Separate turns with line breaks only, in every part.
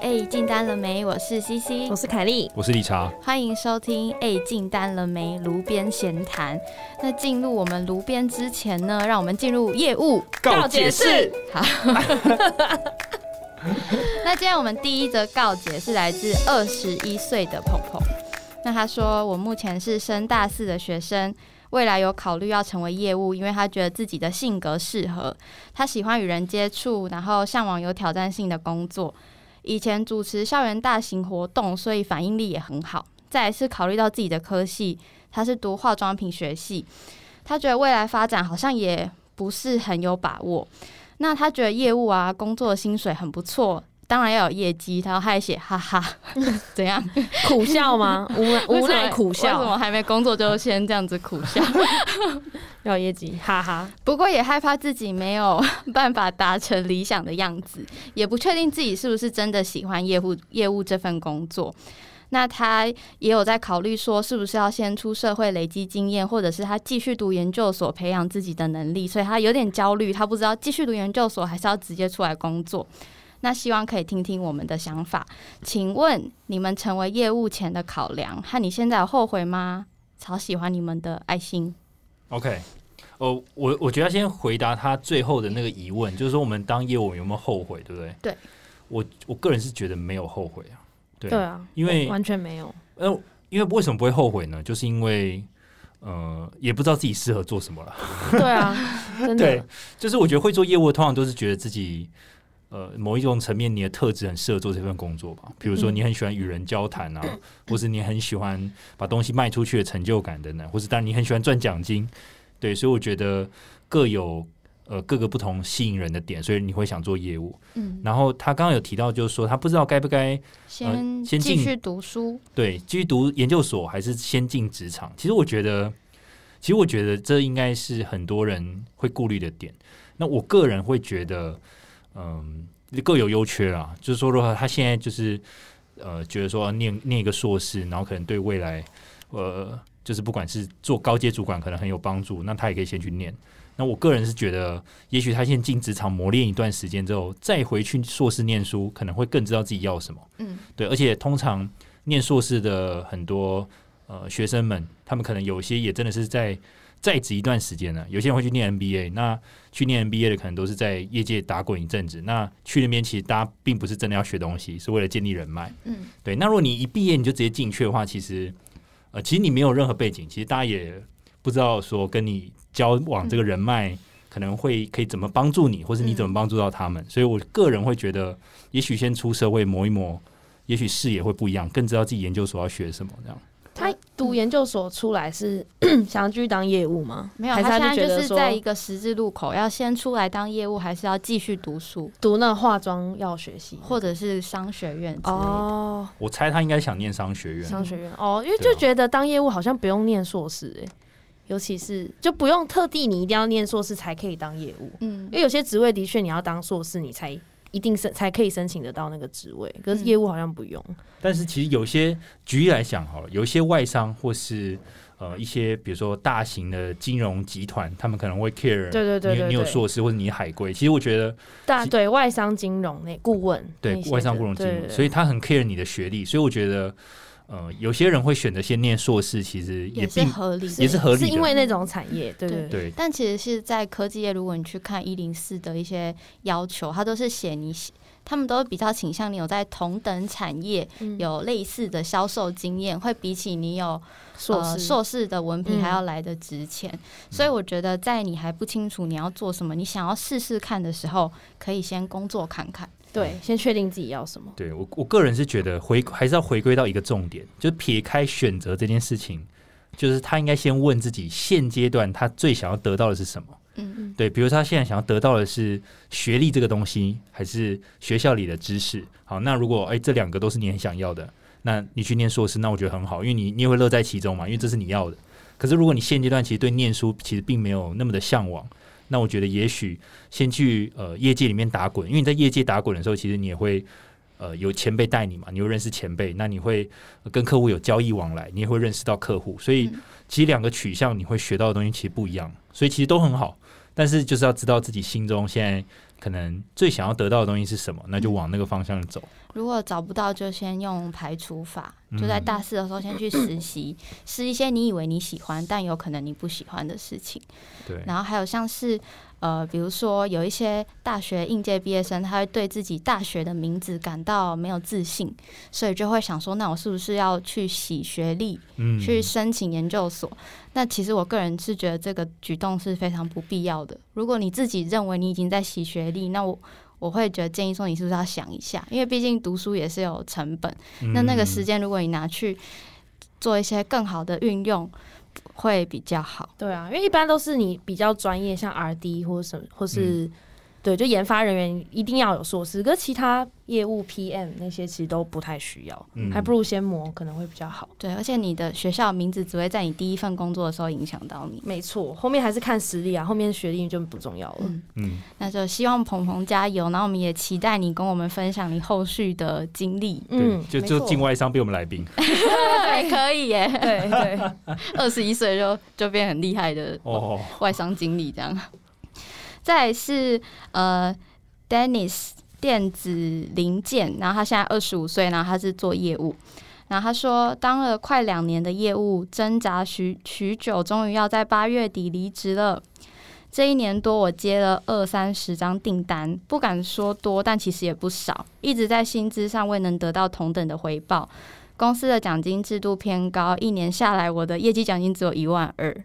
哎，进单了没？我是西西
我，是凯莉，
我是理查，
欢迎收听《哎，进单了没》炉边闲谈。那进入我们炉边之前呢，让我们进入业务。
告解释。
那今天我们第一则告解是来自二十一岁的鹏鹏。那他说，我目前是升大四的学生，未来有考虑要成为业务，因为他觉得自己的性格适合，他喜欢与人接触，然后向往有挑战性的工作。以前主持校园大型活动，所以反应力也很好。再来是考虑到自己的科系，他是读化妆品学系，他觉得未来发展好像也不是很有把握。那他觉得业务啊，工作的薪水很不错，当然要有业绩。他还写哈 哈，怎样？
苦 笑吗？无无奈苦
为什
笑，
么还没工作就先这样子苦笑？
要有业绩，哈哈。
不过也害怕自己没有 办法达成理想的样子，也不确定自己是不是真的喜欢业务业务这份工作。那他也有在考虑说，是不是要先出社会累积经验，或者是他继续读研究所培养自己的能力，所以他有点焦虑，他不知道继续读研究所还是要直接出来工作。那希望可以听听我们的想法。请问你们成为业务前的考量，和你现在有后悔吗？超喜欢你们的爱心，
OK，呃，我我觉得要先回答他最后的那个疑问，就是说我们当业务有没有后悔，对不对？
对，
我我个人是觉得没有后悔啊。对，
对啊，
因为
完全 没有。
呃，因为为什么不会后悔呢？就是因为呃，也不知道自己适合做什么了。
对啊，真
对
的，，
就是我觉得会做业务的，通常都是觉得自己。呃，某一种层面，你的特质很适合做这份工作吧？比如说，
嗯
你很喜欢与人交谈啊， 或是你很喜欢把东西卖出去的成就感等等，或是当然你很喜欢赚奖金，对，所以我觉得各有呃各个不同吸引人的点，所以你会想做业务。
嗯，
然后他刚刚有提到，就是说他不知道该不该
先
先
继
进
续读书，
对，继续读研究所还是先进职场？其实我觉得，其实我觉得这应该是很多人会顾虑的点。那我个人会觉得，嗯，各有优缺啦。就是说，如果他现在就是呃，觉得说念念一个硕士，然后可能对未来呃，就是不管是做高阶主管可能很有帮助，那他也可以先去念。那我个人是觉得，也许他先进职场磨练一段时间之后，再回去硕士念书，可能会更知道自己要什么。
嗯，
对，而且通常念硕士的很多呃学生们，他们可能有些也真的是在在职一段时间了，有些人会去念 MBA，那去念 MBA 的可能都是在业界打滚一阵子，那去那边其实大家并不是真的要学东西，是为了建立人脉，
嗯，
对。那如果你一毕业你就直接进去的话，其实呃，其实你没有任何背景，其实大家也不知道说跟你交往这个人脉。可能会可以怎么帮助你，或是你怎么帮助到他们，所以我个人会觉得，也许先出社会磨一磨，也许视野会不一样，更知道自己研究所要学什么。这样，
他读研究所出来是 想要继续当业务吗？
没有，
还是
他现
就
在
觉
就
得
是
说
在一个十字路口，要先出来当业务，还是要继续读书，
读那化妆药学系
或者是商学院之类的
哦，
我猜他应该想念商学院。
商学院哦，因为就觉得当业务好像不用念硕士哎，尤其是就不用特地你一定要念硕士才可以当业务，
嗯
因，为有些职位的确你要当硕士，你才一定申才可以申请得到那个职位，可是
嗯
业务好像不用。
但是其实有些举例来讲好了，有一些外商或是呃一些比如说大型的金融集团，他们可能会 care
对对对对
你有你有
对
硕士或者你海归。其实我觉得
大
其
对外商金融那顾问
对
那些的，
外商金融金融，所
以
以他很 care 你的学历。所以我觉得呃有些人会选择先念硕士，其实也
也是
并
合理的，
也是合理的
是因为那种产业，对对
对
对，
对
但其实是在科技业，如果你去看一零四的一些要求，它都是写你喜，他们都比较倾向你有在同等产业
嗯
有类似的销售经验，会比起你有
硕
呃
士
硕士的文凭
嗯
还要来的值钱。
嗯
所以我觉得，在你还不清楚你要做什么，你想要试试看的时候，可以先工作看看。
对，先确定自己要什么。
对我我个人是觉得回还是要回归到一个重点，就是撇开选择这件事情，就是他应该先问自己现阶段他最想要得到的是什么。
嗯，
对，比如说他现在想要得到的是学历这个东西，还是学校里的知识？好，那如果哎这两个都是你很想要的，那你去念硕士，那我觉得很好，因为你你也会乐在其中嘛，因为这是你要的。可是如果你现阶段其实对念书其实并没有那么的向往，那我觉得也许先去呃业界里面打滚，因为你在业界打滚的时候，其实你也会。呃，有前辈带你嘛，你会认识前辈，那你会跟客户有交易往来，你也会
嗯
认识到客户，所以其实两个取向你会学到的东西其实不一样，所以其实都很好。但是就是要知道自己心中现在可能最想要得到的东西是什么，那就往那个方向走。
如果找不到，就先用排除法，
嗯
就在大四的时候先 去实习，试一些你以为你喜欢，但有可能你不喜欢的事情。
对，
然后还有像是呃，比如说有一些大学应届毕业生，他会对自己大学的名字感到没有自信，所以就会想说，那我是不是要去洗学历，
嗯，
去申请研究所？那其实我个人是觉得这个举动是非常不必要的。如果你自己认为你已经在洗学历，那我。我会觉得建议说你是不是要想一下，因为毕竟读书也是有成本，
嗯
那那个时
间，
间如果你拿去做一些更好的运用，会比较好。
对啊，因为一般都是你比较专业，像 R D 或什么，或是、
嗯
对，就研发人员一定要有硕士，跟其他业务 P M 那些其实都不太需要，
嗯
还不如先磨可能会比较好。
对，而且你的学校名字只会在你第一份工作的时候影响到你。
没错，后面还是看实力啊，后面学历就不重要了。。
嗯，
嗯，
那就希望鹏鹏加油，然后我们也期待你跟我们分享你后续的经历
嗯对，就
嗯没
就
错
境外商变我们来宾，
对， 可以耶，
对对，
二十一岁就就变很厉害的
哦，
外商经理这样。再来是呃，Dennis 电子零件，然后他现在二十五岁，然后他是做业务。然后他说，当了快两年的业务，挣扎许许久，终于要在八月底离职了。这一年多，我接了二三十张订单，不敢说多，但其实也不少，一直在薪资上未能得到同等的回报。公司的奖金制度偏高，一年下来，我的业绩奖金只有一万二。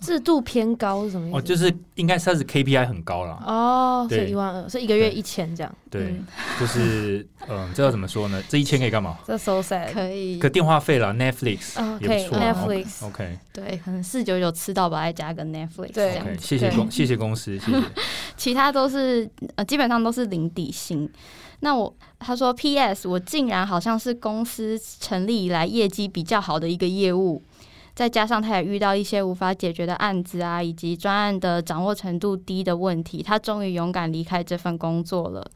制度偏高是什么意思？
哦，就是应该算是 KPI 很高啦。
哦，所
对
以一万二，所以一个月
对
一千这样，
对
嗯，
就是嗯，这要怎么说呢？这一千可以干嘛？
这 so sad。
可以
可电话费啦 n e t f l i x
嗯哦，
也
可
不
以
错啊
，Netflix。
OK
对，可能四九九吃到饱再加个 Netflix
对
这样
OK，
子，
谢谢
对
公谢谢公司，谢谢。
其他都是呃基本上都是零底薪。那我他说 P.S. 我竟然好像是公司成立以来业绩比较好的一个业务，再加上他也遇到一些无法解决的案子啊，以及专案的掌握程度低的问题，他终于勇敢离开这份工作了。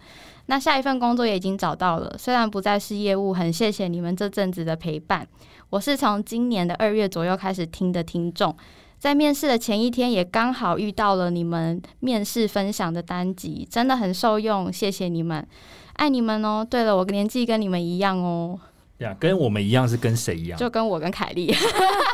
那下一份工作也已经找到了，虽然不再是业务，很谢谢你们这阵子的陪伴。我是从今年的二月左右开始听的听众，在面试的前一天也刚好遇到了你们面试分享的单集，真的很受用，谢谢你们，爱你们哦。对了，我年纪跟你们一样哦，
呀，跟我们一样是跟谁一样
就跟我跟凯莉，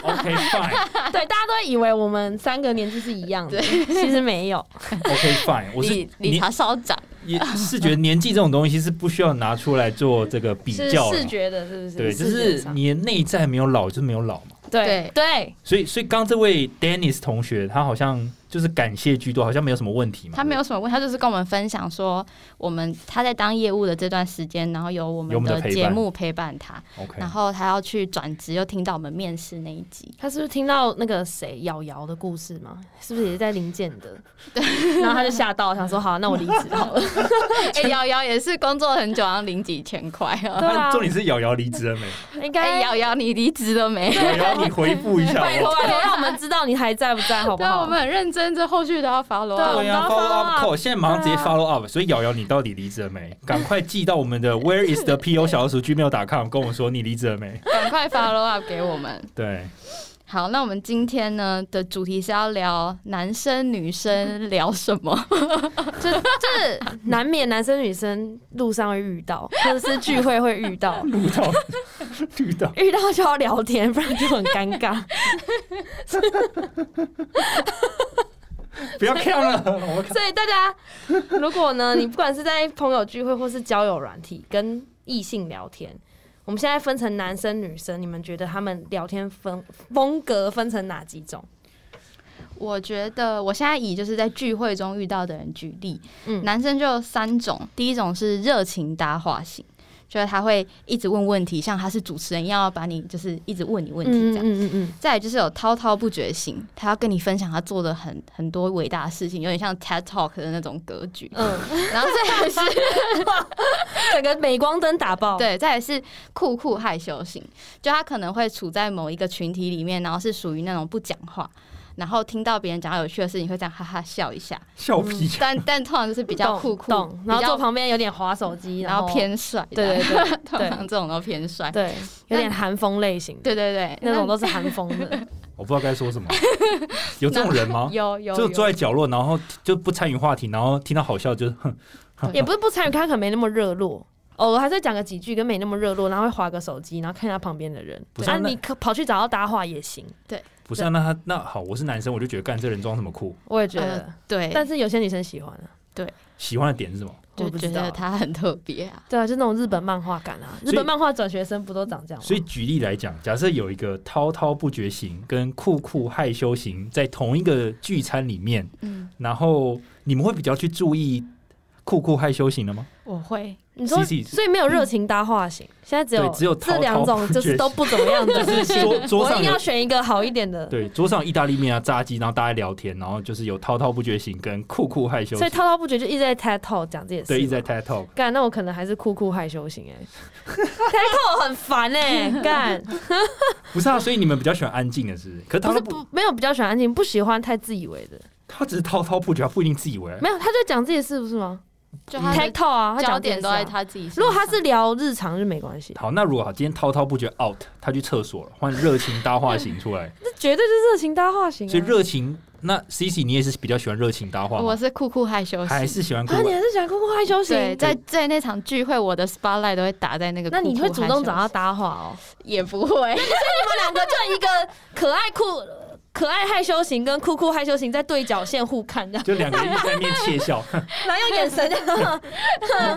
？OK fine
对，大家都以为我们三个年纪是一样的，其实没有。
OK fine，我是
理理
年
查稍长，
也是觉得年纪这种东西是不需要拿出来做这个比
是
较
视
的，
觉的，是不是？
对，就
视觉
是
上
你的内在没有老就是没有老嘛。
对
对
对，
所以，所以刚这位 Dennis 同学，他好像就是感谢居多，好像没有什么问题嘛。
他没有什么问，他就是跟我们分享说，我们他在当业务的这段时间，然后有我
有我
们
们的
的
陪伴
节目陪伴他，
对不对
然
OK，
后他要去转职，又听到我们面试那一集，
他是不是听到那个谁瑶瑶的故事吗？是不是也是在临建的？然后他就吓到，想说好，那我离 职好了。
哎、瑶瑶也是工作很久，然后领几千块啊。
对啊
那重点是瑶瑶离职了没？
应
哎、
该
瑶瑶，你离职了没？
瑶瑶，你回复一下
拜托
我。
拜托，让我们知道你还在不在，好不
对，啊我
好？
们很认真，这后续都要 follow 啊
对
up。
对呀
我们要
，follow
follow
up
up
call，现在马上直接 follow up。所以瑶瑶，你到底离职了没？ 赶快寄到我们的 Where is the PO 小老鼠 gmail.com，跟我说你离职了没？
赶快 follow up 给我们。
对，
好，那我们今天呢的主题是要聊男生女生聊什么？
就就是难免男生女生路上会遇到，或者是聚会会遇到，
录到 录到，
遇到就要聊天，不然就很尴尬。
不要看了，我 看
所以大家，如果呢，你不管是在朋友聚会或是交友软体跟异性聊天，我们现在分成男生女生，你们觉得他们聊天风风格分成哪几种？
我觉得我现在以就是在聚会中遇到的人举例，
嗯
男生就有三种，第一种是热情搭话型，就是他会一直问问题，像他是主持人一样，要把你就是一直问你问题这样。
嗯嗯，
再来就是有滔滔不绝型，他要跟你分享他做的很很多伟大的事情，有点像 TED Talk 的那种格局。
嗯，
然后再来是
整个镁光灯打爆，，
对，再来是酷酷害羞型，就他可能会处在某一个群体里面，然后是属于那种不讲话，然后听到别人讲有趣的事情会这样哈哈笑一下，
笑屁。
但但通常就是比较酷酷
懂，，然后
比较
坐旁边有点滑手机，
然后
后
偏帅，
对，对对
通常这种都偏帅，
对，有点韩风类型的，
对对对，
那种
那
都是韩风的，
我不知道该说什么，有这种人吗？
有有
就
有
坐在角落，然后就不参与话题，然后听到好笑就哼，
也不是不参与，他可能没那么热络。偶尔还是会讲个几句，跟没那么热络，然后会划个手机，然后看一下旁边的人。
不
对
是啊
啊，
那
你可跑去找到搭话也行，
不是、啊、那他那好，我是男生，我就觉得干这人装什么酷？
我也觉得。
呃对，
嗯但是有些女生喜欢啊，
喜欢的点是什么？
就
我不
觉
知道
得。他很特别 啊。
对啊，就那种日本漫画感啊，
所以
日本漫画转学生不都长这样吗？
所以举例来讲，假设有一个滔滔不绝型跟酷酷害羞型在同一个聚餐里面，
嗯，
然后你们会比较去注意酷酷害羞型的吗？
我会，
你说，
CC
所以没有热情搭话型，现在只有
对嗯只有滔滔
这两种，就是都不怎么样的
就是桌桌
我一
上
定
有
要选一个好一点的。
对桌上有意大利面啊、炸鸡，然后大家聊天，然后就是有滔滔不绝型跟酷酷害羞
所以
型，
滔滔不绝就一直在 TED Talk 讲这件事。
对，一直在 TED Talk。
干，那我可能还是酷酷害羞型 哎、欸。TED Talk 很烦哎、干，
不是啊，所以你们比较喜欢安静的是不是？可是
不
他
是
都
不没有比较喜欢安静，不喜欢太自以为的。
他只是滔滔不绝，他不一定自以为。
没有，他就讲自己的事不是吗
就他
？TED
的
Talk 啊，他
焦
讲
点都
自己
在
的事啊。
他自己身
如
上。
果他是聊日常就没关系，
好，那如果好，今天滔滔不绝 out，他去厕所了，换热情搭话型出来。
这绝 对啊是热情搭话型、啊。
所以热情，那 C C 你也是比较喜欢热情搭话
我
吗？
是酷酷害羞型
还是喜欢酷
啊，你还是喜欢酷酷害羞型？
对，在在那场聚会，我的 spotlight 都会打在那个酷
那
酷
你会主动找
害
他
羞
搭话 哦。
型？ 也不会，
你们两个就一个 可爱酷、可爱害羞型跟酷酷害羞型在对角线互看，这样，
就两个人一直在面 窃笑，
然后用眼神这啊样。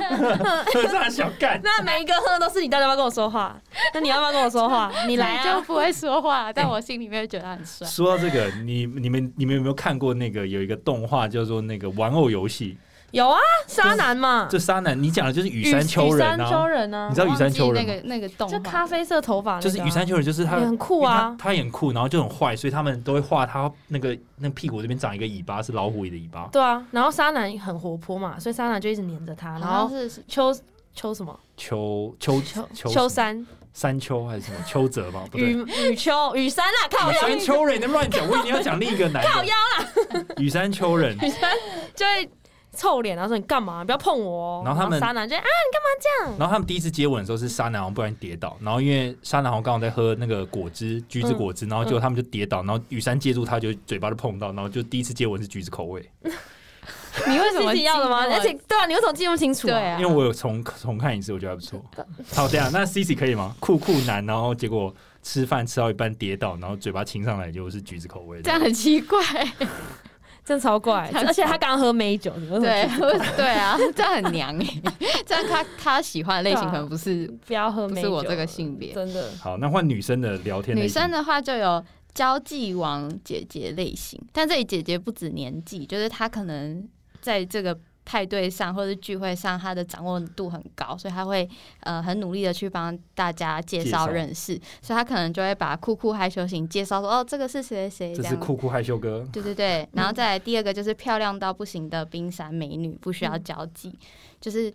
这样想干。
那每一个哼都是你到底要不要跟我说话？那你要不要跟我说 话？你来
就
啊！
不会说话，
哎
但我心里面会觉得他很帅。
说到这个，你你们你们有没有看过那个有一个动画叫做那个玩偶游戏？
有啊，沙男嘛，
这沙男，你讲的就是羽山丘人
羽山丘
啊，
人啊
你知，道羽山丘
忘记
人
那
吗？
个那个动
就
画
咖，啡色头发那个
就
啊，
是羽山丘人，就是他
也很酷
因为
啊。
他他也很酷，然后就很坏，所以他们都会画他那个那屁股这边长一个尾巴，是老虎尾的尾巴。
对啊，然后沙男很活泼嘛，所以沙男就一直黏着啊他，然
好
后
像是
秋秋什么
秋秋
秋
秋
秋山
山丘还是什么秋泽吧？不对，
雨雨秋雨山啦，靠
羽
腰
山丘人，你在乱讲，我一定要讲另一个男的。靠腰啦！羽山丘人，
就会臭脸，然后说你干嘛？不要碰我哦。
然后他们
沙男就啊，
然后他们第一次接吻的时候是沙男红不然跌倒，然后因为沙男红刚好在喝那个果汁，橘子果汁，
嗯
然后结果他们就跌倒，然后羽山接住他，就嘴巴就碰到，然后就第一次接吻是橘子口味，
你为什么
自己要的吗？
记那么
而且对啊，你为什么记那么清楚？
对，啊，
因为我有重重看一次，我觉得还不错。好，这样那 C C 可以吗？酷酷男，然后结果吃饭吃到一半跌倒，然后嘴巴亲上来就是橘子口味，
这样很奇怪，
真超怪，而且他刚喝美酒，
嗯
你为什么
对对啊， 这样很娘哎，这样他他喜欢的类型
嗯
可能不是
不要喝
不
美
是
酒？
我这个性别，
真的
好，那换女生的聊天类
女
型
生的话就有交际王姐姐类型，但这里姐姐不止年纪，就是她可能在这个派对上或者聚会上，她的掌握度很高，所以她会呃很努力的去帮大家介
介
绍
绍
认识，所以她可能就会把酷酷害羞型介绍说哦这个是谁谁谁
这
这
是
样。
酷酷害羞哥，
对对对，
嗯
然后再来第二个就是漂亮到不行的冰山美女，不需
嗯
要交际，就是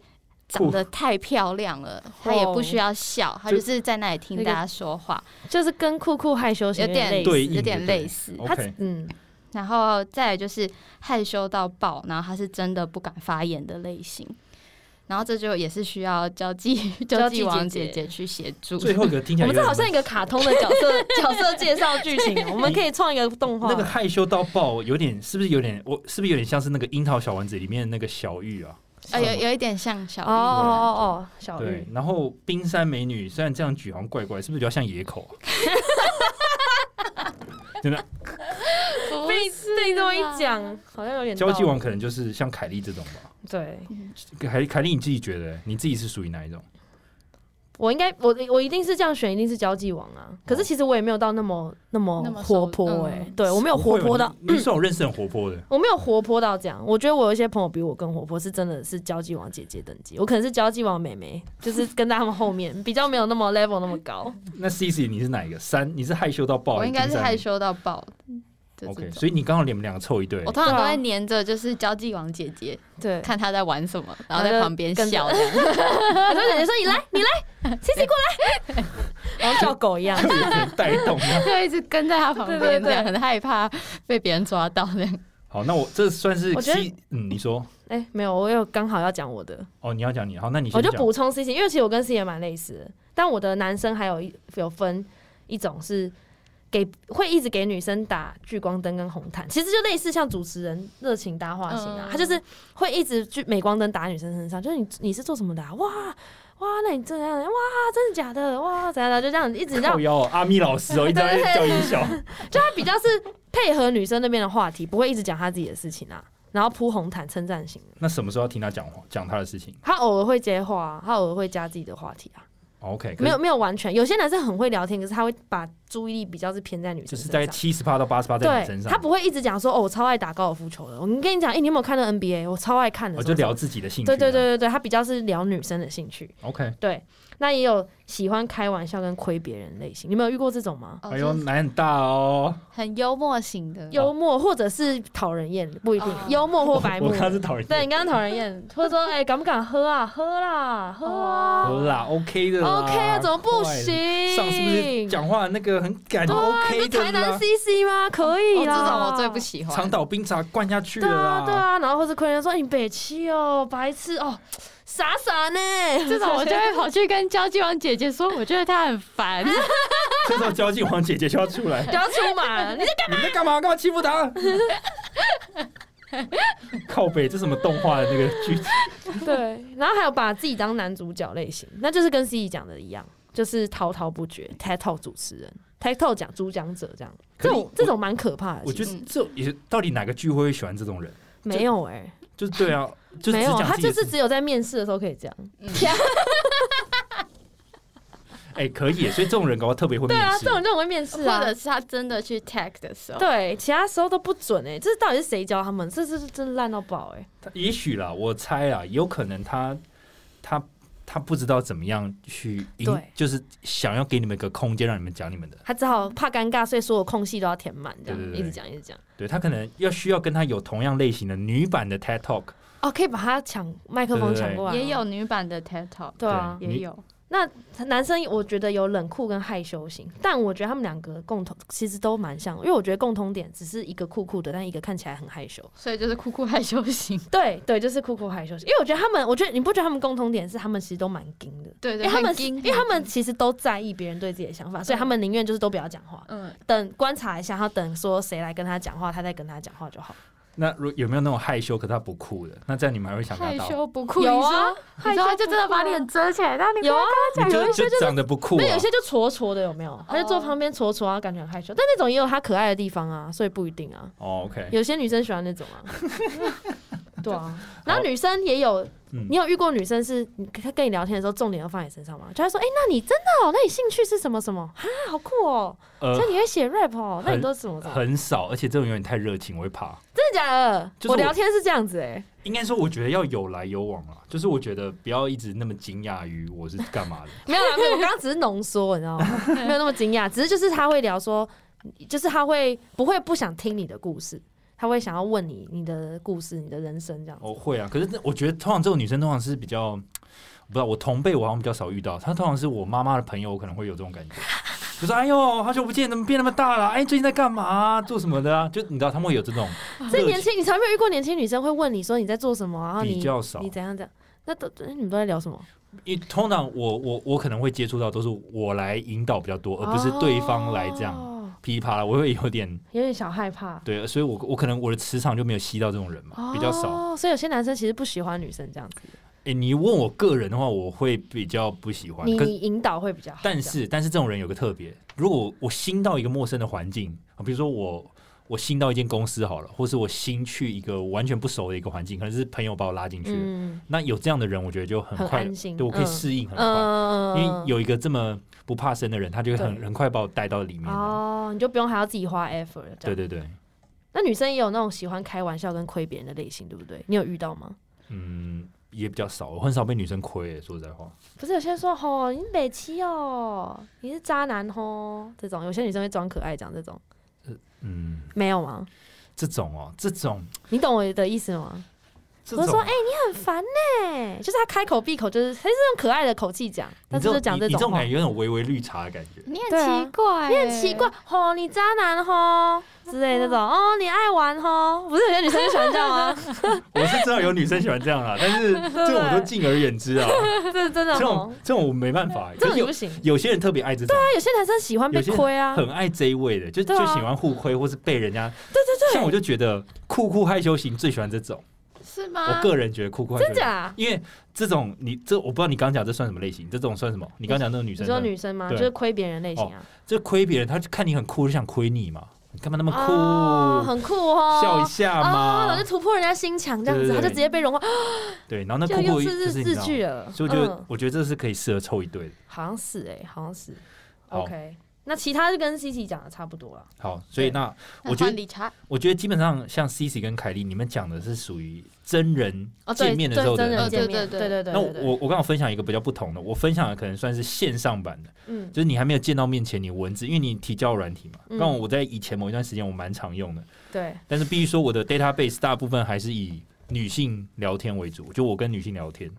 长得太漂亮了，她也不
哦
需要笑，她
就
就是在那里听大家说话，
就是跟酷酷害羞型
有点
类
类
似，
似，
对应
有点
就对
类似。
他
OK
嗯，
然后再来就是害羞到爆，然后她是真的不敢发言的类型。然后这就也是需要交际交
交际
际王
姐
姐
姐
姐去协助。
最后一个听起
我
来
们
有
这
点
好像一个卡通的角色 角色介绍剧情，哦我们可以创一个动画
那。个害羞到爆，有点是不是有点我是不是有点像是那个樱桃小丸子里面那个小玉啊？
啊，有有一点像小
哦
玉
哦
啦
哦，小
对
玉，，
然后冰山美女虽然这样举好像怪怪，是不是比较像野口啊？真的，
不
被被你这么一
啊
讲，好像有点道理
交际王可能就是像凯莉这种吧。
对。
凯凯莉，你自己觉得你自己是属于哪一种？
我应该，我我一定是这样选，一定是交际王啊。可
哦
是其实我也没有到那么那么
那么熟
活泼哎、
嗯
对我没有活泼到，
不会吧你你算我认识很活泼的，
我没有活泼到这样。我觉得我有一些朋友比我更活泼，是真的是交际王姐姐等级，我可能是交际王妹妹，就是跟在他们后面， 比较没有那么 level 那么高。
那 C C 你是哪一个？三，你是害羞到
哦
爆，
我应该是害
羞。
羞到爆的这
OK，
种。
所以你刚好你们两个凑一对
我，通常都
对啊
会黏着，就是交际王姐姐，
对，
看她在玩什么，然后
然
在
后
旁边
跟着
笑这 样。
很多姐姐说你来，你来， 琪琪过来， 然后叫狗一样。
就 有点带动。
就一直跟在他旁边，
对对对
这样很害怕被别人抓到这样。
好，那我这算是
我觉得
C，嗯，你说
哎、没有，我有刚好要讲我的，
哦，你要讲你，好，那你
我
先
就
讲。
补充 C C，因为其实我跟 C 也蛮类似的，但我的男生还有一有分一种是给会一直给女生打聚光灯跟红毯，其实就类似像主持人热情搭话型啊，
嗯
他就是会一直去镁光灯打女生身上，就是你你是做什么的、啊？哇哇，那你这样哇，真的假的？哇，怎样的？就这样一直让
靠腰哦阿咪 老师哦，一直在叫音效，
就他比较是配合女生那边的话题，不会一直讲他自己的事情啊，然后铺红毯称赞型的。
那什么时候要听他讲话讲他的事情
他偶尔会接话、啊，他偶尔会加自己的话题啊，
哦？OK，可
没
是
有没有完全。有些男生很会聊天，可是他会把注意力比较是偏在女
就
生
是
身
在
上。
七十趴到八十趴在你
对
身，上，
他不会一直讲说哦，我超爱打高尔夫球的。我跟你讲，哎、你有没有看到 NBA？我超爱看的。
我
什
哦
么
就
什么
聊自己的兴趣。
对对对对对，他比较是聊女生的兴趣。
，OK。
对，那也有喜欢开玩笑跟亏别人类型，你们有遇过这种吗？
哦
哎呦，
就是
奶很大哦！
很幽默型的，
幽默或者是讨人厌，不一定、
哦
幽默或白
啊我
目。
刚是讨人
对
厌，
你刚刚讨人厌，或者说哎、敢不敢喝啊？喝啦，喝啊、
好啦，OK 的啦
OK 啊，怎么不
快
行？
上是不是讲话那个很感觉
对啊
OK
这
的
台南
啦？
CC 吗？可
哦
以
这
啦，
种我最不喜欢。
长岛冰茶灌下去
对
了
啊，对
啦，
啊，然后或是客人说哎你北七哦，白痴哦，傻傻呢，
这种我就会跑去跟交际网姐姐 说，我觉得她很烦。
这时候交际王姐姐就要出来
不，要出马，你
你们在干嘛？干嘛欺负他？ 靠北，这什么动画的那个剧情？
对，然后还有把自己当男主角类型，那就是跟 C 讲的一样，就是滔滔不绝，title 主持人，title 讲主讲者这样，这
可是
种这种蛮可怕的。
我觉
其
得
嗯
这也是到底哪个聚会会喜欢这种人？
实没有哎、
就是对啊，就是
没
只
有，
讲
他
自己
就
的
是
事。
只有在面试的时候可以这样。
嗯 啊
哎，可以耶，所以这种人搞不好特别会
对
面
啊，
试
这。种这种会面试啊
或，者是他真的去 tag 的时候，
对，其他时候都不准哎、这是到底是谁教他们？这这是真烂到爆哎、
他也许啦，我猜啊，有可能他他他不知道怎么样去赢
对，
就是想要给你们一个空间，让你们讲你们的。
他只好怕尴尬，所以所有空隙都要填满，这样
对对对
一直讲一直讲。
对他可能要需要跟他有同样类型的女版的 TED Talk，
哦，可以把他抢麦克风抢过来吗，
也有女版的 TED Talk，
对啊。
对
也有。
那男生我觉得有冷酷跟害羞型，但我觉得他们两个共同其实都蛮像，因为我觉得共同点只是一个酷酷的，但一个看起来很害羞。
所以就是酷酷害羞型，
对对，就是酷酷害羞型。因为我觉得他们，我觉得你不觉得他们共同点是他们其实都蛮硬的，
对
因
对，
为他们
很
因
硬
为他们其实都在意别人对自己的想法，所以他们宁愿就是都不要讲话，
嗯，
等观察一下，然后等说谁来跟他讲话，他再跟他讲话就好。
那如有没有那种害羞可他不酷的？那这样你们还会想跟
害
他搭话？
羞不酷，
有
你
啊
说，你说他就真的把脸遮起来，让你
有啊，
你
有
就
一些
就长得不酷、啊
那，有些就戳戳的，有没有？他就坐旁边戳戳，然后感觉很害羞。但那种也有他可爱的地方啊，所以不一定啊。
哦，OK，
有些女生喜欢那 种啊，对啊。然后女生也有，
嗯
你有遇过女生是你她跟你聊天的时候，重点要放在你身上吗？就她说，哎、那你真的哦，那你兴趣是什么什么？哈，好酷哦，
呃
所，以你会写 rap 哦，那
很
你都是什么什么？
很少，而且这种有点太热情，我会怕。
真的假的？
就是
我
我
聊天是这样子哎、
应该说，我觉得要有来有往啊，就是我觉得不要一直那么惊讶于我是干嘛的。
没有啦，没有，我刚刚只是浓缩，你知道吗？没有那么惊讶，只是就是他会聊说，就是他会不会不想听你的故事，他会想要问你你的故事、你的人生这样子。
哦，会啊，可是那我觉得通常这种女生通常是比较，我不知道我同辈我好像比较少遇到，她通常是我妈妈的朋友，我可能会有这种感 觉，就说哎呦，好久不见，怎么变那么大了？哎，最近在干嘛、做什么的啊？就你知道他们会有这种
这
热
年
情，
轻，你从来没有遇过年轻女生会问你说你在做什么，然后你
比较少
你怎样怎样，那都你们都在聊什么？
因为通常我我我可能会接触到都是我来引导比较多，而不是对方来这样
哦
噼里啪啦，我会有点
有点小害怕，
对，所以我我可能我的磁场就没有吸到这种人嘛，比较少。
哦。所以有些男生其实不喜欢女生这样子，
哎，你问我个人的话，我会比较不喜欢，
你
可
你引导会比较好。
但是，但是这种人有个特别，如果我新到一个陌生的环境，啊比如说我我新到一间公司好了，或是我新去一个完全不熟的一个环境，可能是朋友把我拉进
这
去
样
的，
嗯
那有这样的人，我觉得就很
很
快，
安心
对我可以
嗯
适应很快，
嗯
因为有一个这么不怕生的人，他就会很
对
很快把我带到里面啊了。
哦，你就不用还要自己花 effort 了这样
对。对对，
那女生也有那种喜欢开玩笑跟亏别人的类型，对不对？你有遇到吗？
嗯，也比较少，我很少被女生亏、说实在话，
不是有些人说吼，你北七哦，你是渣男吼，这种有些女生会装可爱讲这种，
嗯，
没有吗？
这种哦，这种
你懂我的意思吗？
这
我
种
说：“哎、你很烦呢、就是他开口闭口就是，他是用可爱的口气讲，
你
但是就讲
你你
种
种
话
感，觉有种微微绿茶的感觉。
你
对
很
啊
奇怪、
你很奇怪，吼，你渣男吼之类的那种，哦，你爱玩吼，不是有些女生就喜欢这样啊吗？
我是知道有女生喜欢这样啦，但是这种我都敬而远 之啊。
这是真 的
这
吼
种，这种我没办法欸，
这种
可是
也
有
不行。
有些人特别爱这种，
那有些男生喜欢被
有些
亏啊，
很爱这一位的，就
对
就
啊
喜欢互亏或是被人家。
对对对，
像我就觉得酷酷害羞型最喜欢这种，
欸是吗？
我个人觉得酷酷害羞
啊真
型。
假？
因为这种你这我不知道你刚讲这算什么类型，这种算什么？你刚讲那种女
你
生
说
算，
女生吗？就
对
是亏别人类型啊，
这亏别人，他就看你很酷就想亏你嘛，你干嘛那么酷？
哦很酷哦，
笑一下
哦，
嘛
然后，就突破人家心墙这样子，
对对
他
对
就直接被融化，
对，然后那
就
酷
又
酷
是
就
日
是你知
日
道，
剧了。
所以我觉得
嗯
我觉得这是可以适合凑一对的。
好像是哎，好像是。
好
OK，那其他就跟 C C 讲的差不多了。
好，所以
对
那
那
我觉
换
得
理查
我觉得基本上像 C C 跟凯莉，你们讲的是属于真人
哦，对，
见面的时候
对真
的那
种
人见面，
对
哦对
对
对对。
那
对对
我我刚好分享一个比较不同的，我分享的可能算是线上版的，
嗯
就是你还没有见到面前，你文字，因为你提交友软体嘛。
嗯
刚好我在以前某一段时间我蛮常用的，
对，
但是必须说我的 database 大部分还是以女性聊天为主，就我跟女性聊天。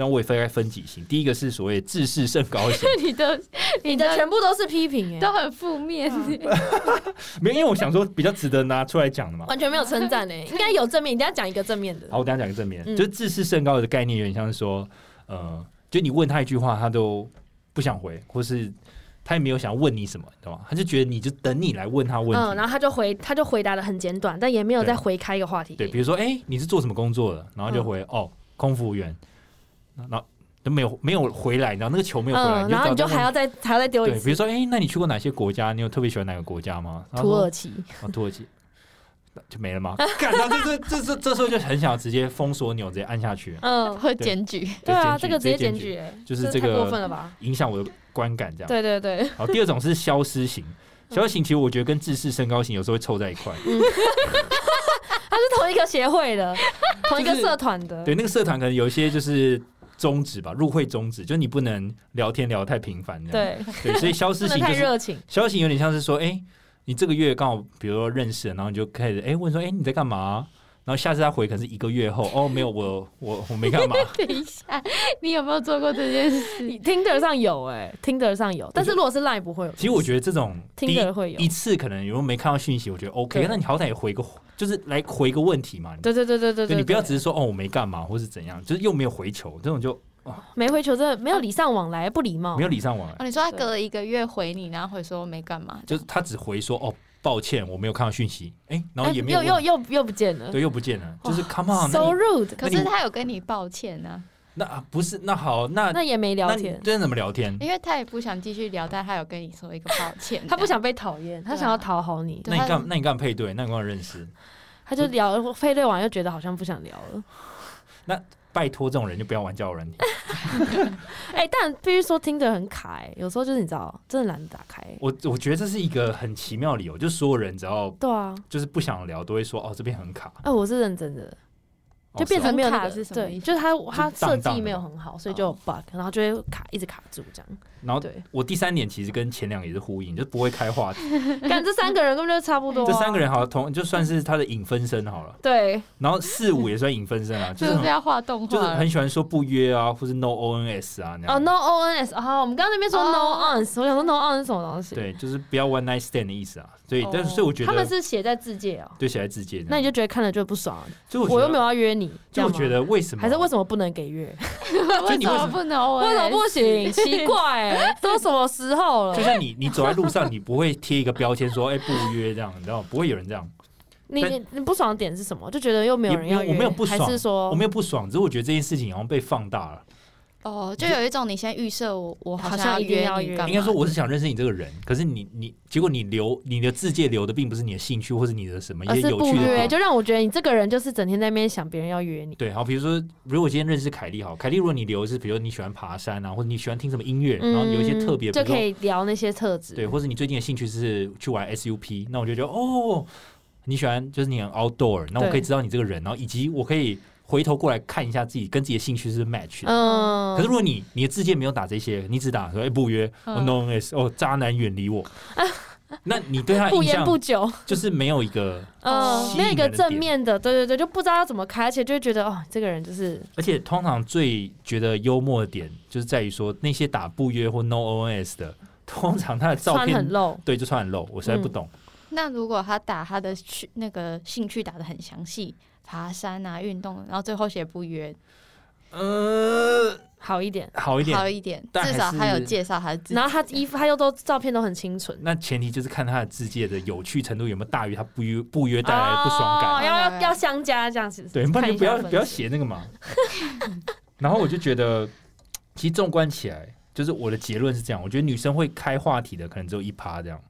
那我也分该分几型，第一个是所谓自视甚 高型，
你的
你的全部都是批评哎，
都很负面，
没有，因为我想说比较值得拿出来讲的嘛。
完全没有称赞 哎，应该有正面，你等一定要讲一个正面的。
好，我等一下讲个正面，
嗯
就是自视甚高的概念，有点像是说，呃，就你问他一句话，他都不想回，或是他也没有想问你什么，你懂吗？他就觉得你就等你来问他问题。
嗯，然后他就回，他就回答的很简短，但也没有再回开一个话题。
对，比如说，哎、你是做什么工作的？然后就
嗯
回，哦，空服务员，然后都没有没有回来，然后那个球没有回来，
嗯，然后你就
找他问
还要再还要再丢一
对，比
次
如说，哎、那你去过哪些国家？你有特别喜欢哪个国家吗？然后
土
说
耳其，
哦，土耳其就没 了吗？干，然后这这这这这时候就很想直接封锁钮，直接按下 去，
嗯，
会检举。
对啊，
就
这个
检举
直接检
举
举，哎
就是
这
这
太
个
过分了吧？
影响我的观感，这样。
对嗯对 对，
好，第二种是消失型，消失型其实我觉得跟自视身高型有时候会凑在一块。
嗯他是同一个协会的，同一个社团的，
对，那个社团可能有一些就是宗旨吧，入会宗旨，就是你不能聊天聊得太频繁。这样
对，
对，所以消
不
失
能
型
太
就是
热情。
消失型有点像是说，哎、你这个月刚好比如说认识了，然后你就开始哎、问说，哎、你在干嘛？然后下次他回可能是一个月后，哦，没有，我我我没 干嘛。
等一下， 你有没有做过这件事？
Tinder 上有哎，Tinder
嗯
上有，但是如果是 Line 不会有，
其实我觉得这种第一
Tinder 会有
一。次可能如果没看到讯息，我觉得 OK，
对
那你好歹也回个就是来回个问题嘛，你
对对对对对
对你不要只
对
是说哦我没干嘛，或是怎样，就是又没有回球，这种就
没回球，真的没有礼尚往来，不礼貌
没。有礼尚往来。
哦，你说他隔了一个月回你，然后回说没干嘛，
就是他只回说哦抱歉，我没有看到讯息，哎、然后
哎
也没有
又又
问，
又又不见了
对，又不见了，
哇
就是 come on，那
，so
你
rude。
可
那
是
你
他有跟你抱歉呢、
那啊不是那好那
那也没聊
那你啊
天，哎
真的怎么聊天？
因为他也不想继续聊，但他有跟你说一个抱歉，
他不想被讨厌，他
对啊
想要讨好你，
对
那你
他
干那你干嘛配对？那你干嘛认识？
他就聊配对完又觉得好像不想聊了。
拜托这种人就不要玩交友软体。
哎，但必须说 Tinder 很卡，哎有时候就是你知道，真的懒得打开。
我我觉得这是一个很奇妙的理由，就所有人只要
对啊，
就是不想聊，都会说哦这边很卡，
哎，我是认真的。
哦
就变成没有那
很
个
卡是什么
对，
意思
就是它它设
荡荡
计
的嗯
没有
吗
很好，所以就有 bug，然后就会卡，一直卡住这样。
然后
对，
我第三点其实跟前两个也是呼应，就不会开话题。
但这三个人根本就差不多啊。
这三个 人好像同就算是他的影分身好了，
对，
然后四五也算影 分身啊，就是是
不是
很
要画动
就是
画了？
很喜欢说不约啊，或是 no ONS 啊那
哦
样。
，no ons，哦，我们刚刚那边说
哦
no ons，我想说 no ons 是什么东西？，
对，就是不要 one night stand 的意思啊。所以，但是
哦
所以我觉
他们
得
是写在字界哦。
对写在字界这样，
那你就觉得看了就不爽啊，
就
我又没
有，
有要约你，这
就
样
我
吗
觉得为什么
还是为什么不能给约？
就
为
你
什
为什
么
么
不能？
为什么 不行？奇怪欸，都什么时候了
就？像你你走在路上，你不会贴一个标签 说哎不约这样，你知道吗不会有人这样。
你
但
你不爽的点是什么？就觉得又没有
也
人
没有
要约，
我没有不
还
爽
是说
我没有不爽，只是我觉得这件事情好像被放大了。
哦，就有一种你先预设我，我
好
好
像
像
一定
约
要
你
约
干嘛？
应该说我是想认识你这个人，可是你你结果你留你的字界留的并不是你的兴趣或是你的什么一
而
些
呃是
有
不
趣的
约，
点。
就让我觉得你这个人就是整天在那边想别人要约你。
对，好，比如说，如果今天认识凯莉，好，凯莉，如果你留的是，比如说你喜欢爬山啊，或者你喜欢听什么音乐，然后有一些特别，
嗯就
比如
可
说
以聊那些特质。
对，或者你最近的兴趣是去玩 SUP，那我就觉得哦，你喜欢就是你很 outdoor，那我
对
可以知道你这个人，然后以及我可以回头过来看一下自己跟自己的兴趣是不是 match 的。
嗯，
可是如果你你的字界没有打这些，你只打说哎、不约，我
嗯
no n s 哦渣男远离我，那你对他
不
印
言
象
不久，
就是没有一个，
嗯，
吸
没有一
引
个
人的
正
点
面的，对对对，就不知道要怎么开，而且就会觉得哦，这个人就是
而且通常最觉得幽默的点就是在于说那些打不约或 no ONS 的，通常他的照
穿很
片
露，嗯
对就穿很露，我实在不懂。
那如果他打他的趣那个兴趣打的很详细，爬山啊、运动，然后最后写不约，
呃，
好一点。
好一点
好，一点，
但还
至少他有
是
介绍他自己。
然后他衣服，他又都照片都很清纯，
那前提就是看他的字界的有趣程度有没有大于他不约不约带来的不爽感。
哦要要要相加这样子。
对，不
看
然就
一
不
下
要
分
不要
数
写那 个嘛。然后我就觉得，其实纵观起来，就是我的结论是这样，我觉得女生会开话题的可能只有一趴这样。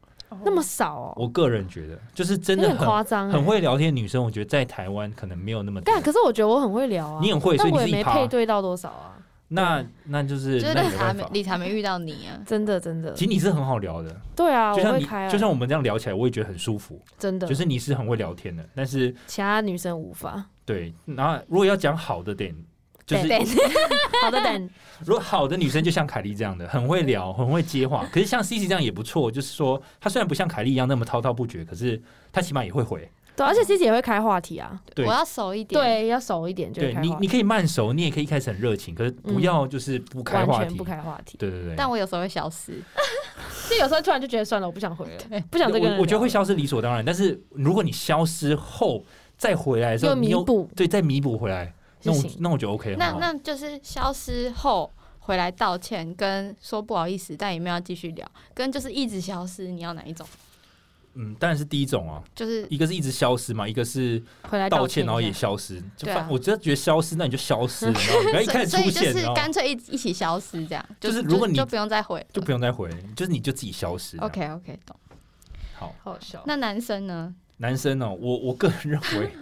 那么少哦，
我个人觉得，就是真
有
的
点
很
夸张欸，
很会聊天的女生，我觉得在台湾可能没有那么多。
干，可是我觉得我很会聊啊，
你很会，所
但
以你
我
是
也
一
没
趴
配。对到多少啊，
那那就是
就是
那也
理
没
查
办
没
法。
理查没遇到你啊，
真的真的
其，实你是很好聊的，
对啊，我
就像
会
你
开啊，
就像我们这样聊起来，我也觉得很舒服。
真的，
就是你是很会聊天的，但是
其他女生无 法。
对，然后如果要讲好的点，就是
对，好的等，
如果好的女生就像凯莉这样的，很会聊，很会接话。可是像 C C 这样也不错，就是说她虽然不像凯莉一样那么滔滔不绝，可是她起码也会回。
对，而且 C 姐也会开话题啊，
对
我要熟一点。，
对，要熟一点就会
对
开
你，
话
你
题，
可以慢熟，你也可以一开始很热情，可是不要就是不开话
完
题。
全不开话题，
对对对。
但我有时候会消失。
就有时候突然就觉得算了，我不想回了，不想再跟人
我我觉得
聊
会消失理所当然，但是如果你消失后再回来的时候，
又
你
弥
又
补
对再弥补回来，那
就
我
行。
那我就 OK
那
很好
那就是消失后回来道歉，跟说不好意思，但也没有要继续聊，跟就是一直消失，你要哪一种？
嗯，当然是第一种啊，
就是
一个是一直消失嘛，一个是
回来
道
歉
歉
一
然后也
下
消失，就
对啊
反、我真的觉得消失，那你就消失，你知道吗不要一
所
开
以
始
所
出
以就
现，
是
然后
干脆一一起消失这样，
就是如果你
就不用再回了，
就不用再回，就是你就自己消失这样。
OK OK 懂。
好，
好笑。
那男生呢？
男生哦，我我个人认为，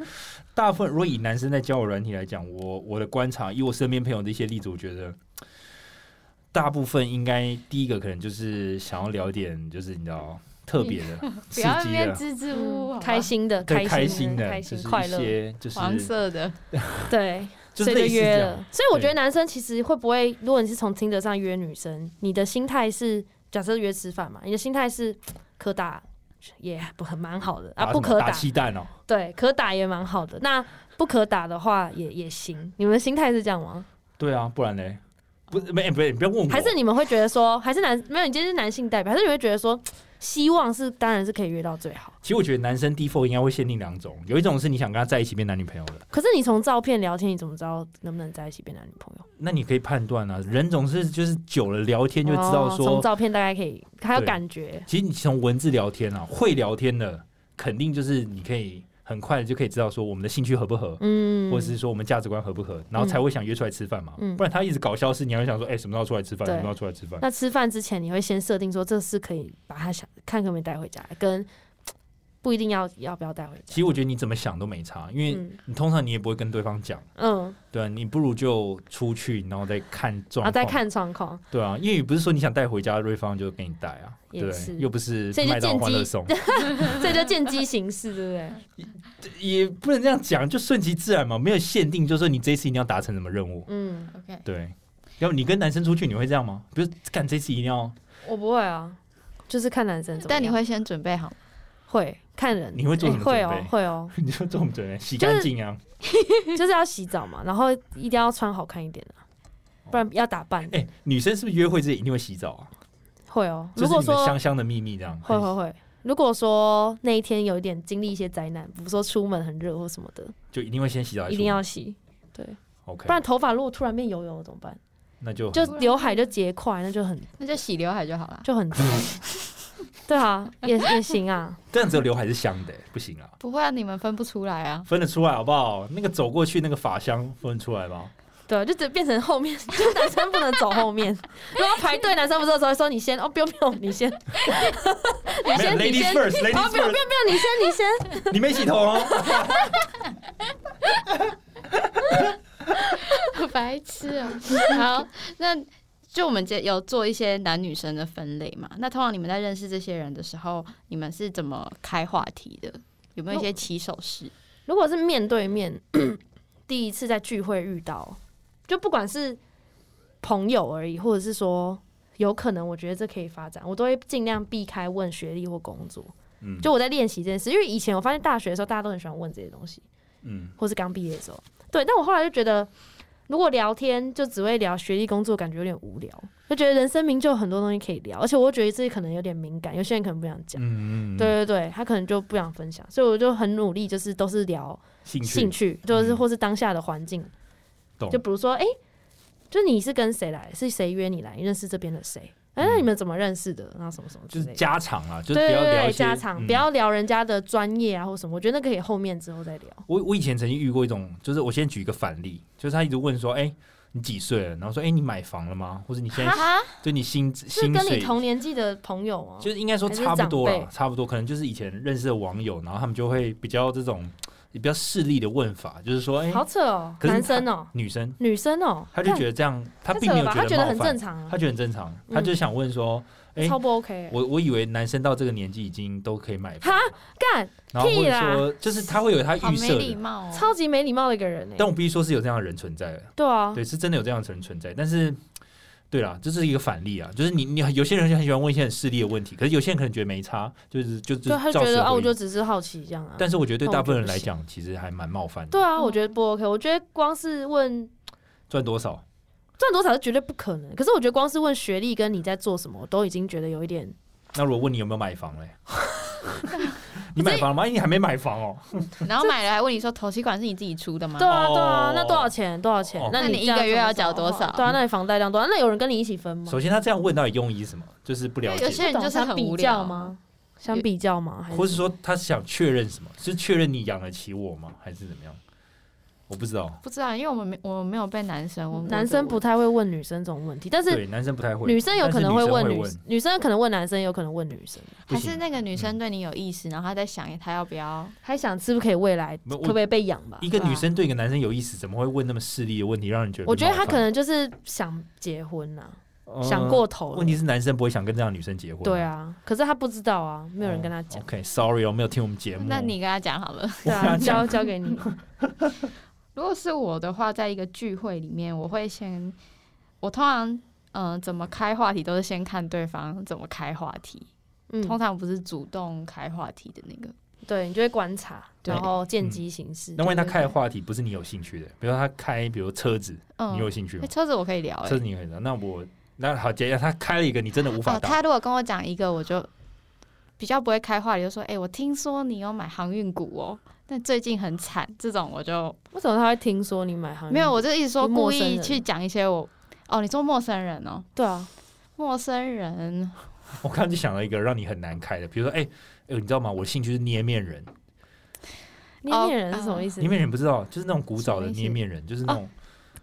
大部分如果以男生在交友软体来讲，我我的观察，以我身边朋友的一些例子，我觉得大部分应该第一个可能就是想要聊点，就是你知道特别 的、
不
刺
要在那
激
边
的。
支支吾吾，好
嗯
吧
开心的，
对，开
心
心
的，
的，
开
就
心
是
快
一
乐，
些就是
黄色的，
对，
就
所
是
以就
类似
约
这样
了。啊所以我觉得
对
男生其实会不会，如果你是从听得上约女生，你的心态是假设约吃饭嘛，你的心态是可打也不很蛮好的
打
啊，
什
不
么
可
打
打
气弹哦，
对，可打也蛮好的。那不可打的话也也行，你们的心态是这样吗？
对啊，不然嘞，不是没不是，你不要问我，
还是你们会觉得说，还是男没有你今天是男性代表，还是你会觉得说，希望是当然是可以约到最好。
其实我觉得男生 default 应该会限定两种，有一种是你想跟他在一起变男女朋友的，
可是你从照片聊天，你怎么知道能不能在一起变男女朋友？
那你可以判断啊，人总是就是久了聊天就会知道
哦从
说，
照片大概可以还有
对
感觉，
其实你从文字聊天啊，会聊天的肯定就是你可以很快的就可以知道说我们的兴趣合不合，
嗯，
或者是说我们价值观合不合，然后才会想约出来吃饭嘛。
嗯
不然他一直搞消失，你还会想说，哎、什么时候出来吃饭？
对嗯
什么时候出来吃饭？
那吃饭之前，你会先设定说这是可以把它想看可不可以带回家，跟不一定要要不要带回
其
家。
实我觉得你怎么想都没差，因为
嗯
你通常你也不会跟对方讲，
嗯，
对、啊，你不如就出去，然后再看状
然哦后
况。
再看状况，
对啊，因为不是说你想带回家，对方就给你带啊，
也
对不
是
对，又不是
所以就
麦当
见
欢乐
机
送，
这就见机行事，对不对？
也不能这样讲，就顺其自然嘛，没有限定，就是说你这一次一定要达成什么任务，
嗯，
OK，
对。要不你跟男生出去，你会这样吗？不是，干这次一 定要，
我不会啊，就是看男生怎么样。
但你会先准备好吗，
会看人，
你会做什么
哎会哦
准备，
会哦，
你就这么准备，洗
就是
干净啊。
就是要洗澡嘛，然后一定要穿好看一点的、啊
哦
不然要打扮。
哎、女生是不是约会之前一定会洗澡啊？
会哦，
这
如
是你
果
们
说
香香的秘密这样，
会会会，如果说那一天有一点经历一些灾难，比如说出门很热或什么的，
就一定会先洗澡，
一定要洗，
OK，
不然头发如果突然变油油了怎么办？
那就
就
很
刘海就结块，那就很
那就洗刘海就好了。
就 很糟。对啊，也也行啊，
这样只有刘海是香的、不行啊，
不会啊，你们分不出来啊。
分得出来好不好？那个走过去那个发香分得出来吧？
对，啊就只变成后面， 就男生不能走后面。如果要排队，男生不是说说你先哦，不用不用，你先，你
没有
先你
，ladies
先，
first，ladies
哦不用
first，
不用不用，你先你先，
你没洗头哦。
白痴啊！好，那就我们这有做一些男女生的分类嘛。那通常你们在认识这些人的时候，你们是怎么开话题的？有没有一些起手式？
如果是面对面， 第一次在聚会遇到，就不管是朋友而已，或者是说有可能我觉得这可以发展，我都会尽量避开问学历或工作。
嗯，
就我在练习这件事，因为以前我发现大学的时候大家都很喜欢问这些东西，
嗯
或是刚毕业的时候，对。但我后来就觉得，如果聊天就只会聊学历、工作，感觉有点无聊，就觉得人生明就有很多东西可以聊，而且我又觉得自己可能有点敏感，有些人可能不想讲。
嗯，嗯，
对对对，他可能就不想分享，所以我就很努力，就是都是聊
兴趣
兴趣，就是或是当下的环境，
嗯懂
就比如说，哎、就你是跟谁来，是谁约你来，你认识这边的谁？哎、那你们怎么认识的？然后什么什么之
嗯就
类
是
的
家常啊，就是
对对
不要聊
对
一些
家常，
嗯
不要聊人家的专业啊或什么，我觉得那个可以后面之后再聊。
我我以前曾经遇过一种，就是我先举一个反例，就是他一直问说，哎、你几岁了？然后说，哎、你买房了吗？或者你现在
啊，
就你薪
是
薪
跟你
水，
同年纪的朋友啊，
就是应该说
还是
差不多
长
了，
辈
差不多，可能就是以前认识的网友，然后他们就会比较这种比较势利的问法，就是说，哎、
好扯哦，
可是
男生哦，
女生，
女生哦，
他就
干
觉得这样，他
太
并
扯
没
了
有
吧
觉
他觉
得
得
冒
很
犯
正，常啊欸
他，觉得很正常，他就想问说，哎、
超不 OK，
我我以为男生到这个年纪已经都可以买房
哈，干
然后或
屁
者
啦
说，就是他会有他
好
预
没
设
礼
的，
貌哦，
超级没礼貌的一个人哎
但，我必须说是有这样的人存在的。
对啊，
对，是真的有这样的人存在，但是。对啦，这是一个反例啊，就是你你有些人就很喜欢问一些很势利的问题，可是有些人可能觉得没差，就是就就
对，他就
照
觉
实
得啊，
回
我就
应
只是好奇这样啊。
但是我嗯觉得对
那
大
我
部分
就
人
不
来
行
讲，其实还蛮冒犯的，
对啊，我觉得不 OK。我觉得光是问
赚多少？
赚多少是绝对不可能，可是我觉得光是问学历跟你在做什么，我都已经觉得有一点。
那如果问你有没有买 房嘞？你买房了吗？哎你还没买房哦。
然后买了还问你说头吸管是你自己出的吗？
对啊，
哦
对啊，那多少钱？多少钱
哦？
那
你
你一
这样
个月
怎么
要缴多少
对啊，那你房贷量多少？那有人跟你一起分吗？
首先他这样问到底用意是什么？就是不啊了
因为有
解，
些人就是
想
很
比
无
较
聊？
吗？想比较吗？还
或是说他是想确认什么？是确认你养得起我吗？还是怎么样？我不知道。
不知道，因为我们没我没有被男生，我
男生不
我
太会问女生这种问题，但是
对，男生不太会，
女生有
但是
可能
女
会
生
问
会
女
问，
女生可能问男生，有可能问女生，
不
还
行
是那个女生对你有意思，然后她在想她要不要
还想是不是可以未来
没有
可
我
不可以被养吧？
一个
对啊
女生对一个男生有意思，怎么会问那么势利的问题，让人觉得被
我觉得
冒
他
犯
可能就是想结婚呐、
呃
想过
哦
头了。
问题是男生不会想跟这样的女生结婚。
对，啊，可是他不知道啊，没有人跟他讲。
OK，sorry 哦，没有听我们节目。
那 你跟她讲好了。
对
我
啊，
跟他讲
交交给你。
如果是我的话，在一个聚会里面，我会先，我通常嗯、呃怎么开话题都是先看对方怎么开话题，通
嗯，
常不是主动开话题的那个。
对你就会观察，
对
然后见机行事。
嗯那万一他开的
对
话题不是你有兴趣的，比如说他开，比如车子，你有
嗯，
兴趣
那
吗？
车子我可以聊哎、
车子你可以的。那我那好，姐姐他开了一个你真的无法
哦，
打，
他如果跟我讲一个，我就比较不会开话题，就说：“哎、我听说你有买航运股哦，但最近很惨。”这种我就
对对为什么他会听说你买航运？
没有，我就一直说
嗯就陌
故
生
意
人
去讲一些我哦，你说陌生人哦，
对啊，
陌生人
我刚刚就想到一个让你很难开的，比如说哎。哎、你知道吗？我的兴趣是捏面人，
哦
捏面人是什
嗯
么意思？
捏面人不知道，就是那种古早
什
的
么意思
捏面人，就是那
哦
种、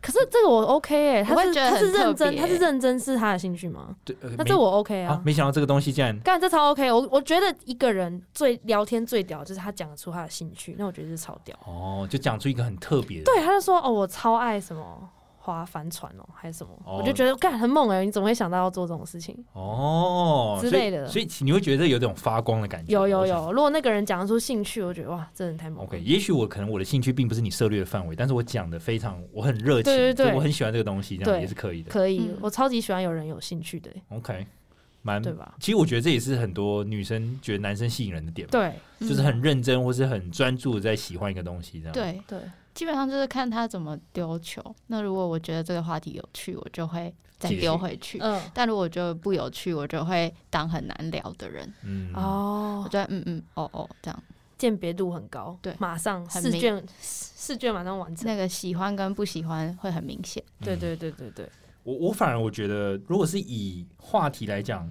可是这个我 OK 哎，
我
他
会
是
觉得
他是
很特
认真，
别
他是认真是他的兴趣吗？
对，呃
那
没
这我 OK
啊
啊，。
没想到这个东西竟然
干这超 OK，我我觉得一个人最聊天最屌就是他讲得出他的兴趣，那我觉得是超屌。
哦，就讲出一个很特别的，
对，他就说哦，我超爱什么划帆船哦，还是什么，
哦
我就觉得干很猛哎、你怎么会想到要做这种事情？
哦
之
所以
类的
所以你会觉得有种发光的感觉。
有有
我想
有，如果那个人讲得出兴趣，我觉得哇，真的太猛了。
哦 OK，也许我可能我的兴趣并不是你涉猎的范围，但是我讲的非常，我很热情，
对对对
就我很喜欢这个东西，这样
对
也是可以的。
可以，
嗯
我超级喜欢有人有兴趣的欸、
OK，蛮
对吧？
其实我觉得这也是很多女生觉得男生吸引人的点吧，
对嗯
就是很认真或是很专注地在喜欢一个东西这样。，
对，
对，
基本上就是看他怎么丢球。那如果我觉得这个话题有趣，我就会再
继续
丢回去；
嗯，
但如果我觉得不有趣，我就会当很难聊的人。
嗯，
我
哦，
就会嗯嗯哦哦这样。
鉴别度很高，
对
马上
很
试
明
卷试卷马上完成。
那个喜欢跟不喜欢会很明显。
对
嗯
对对对对，
我我反而我觉得，如果是以话题来讲，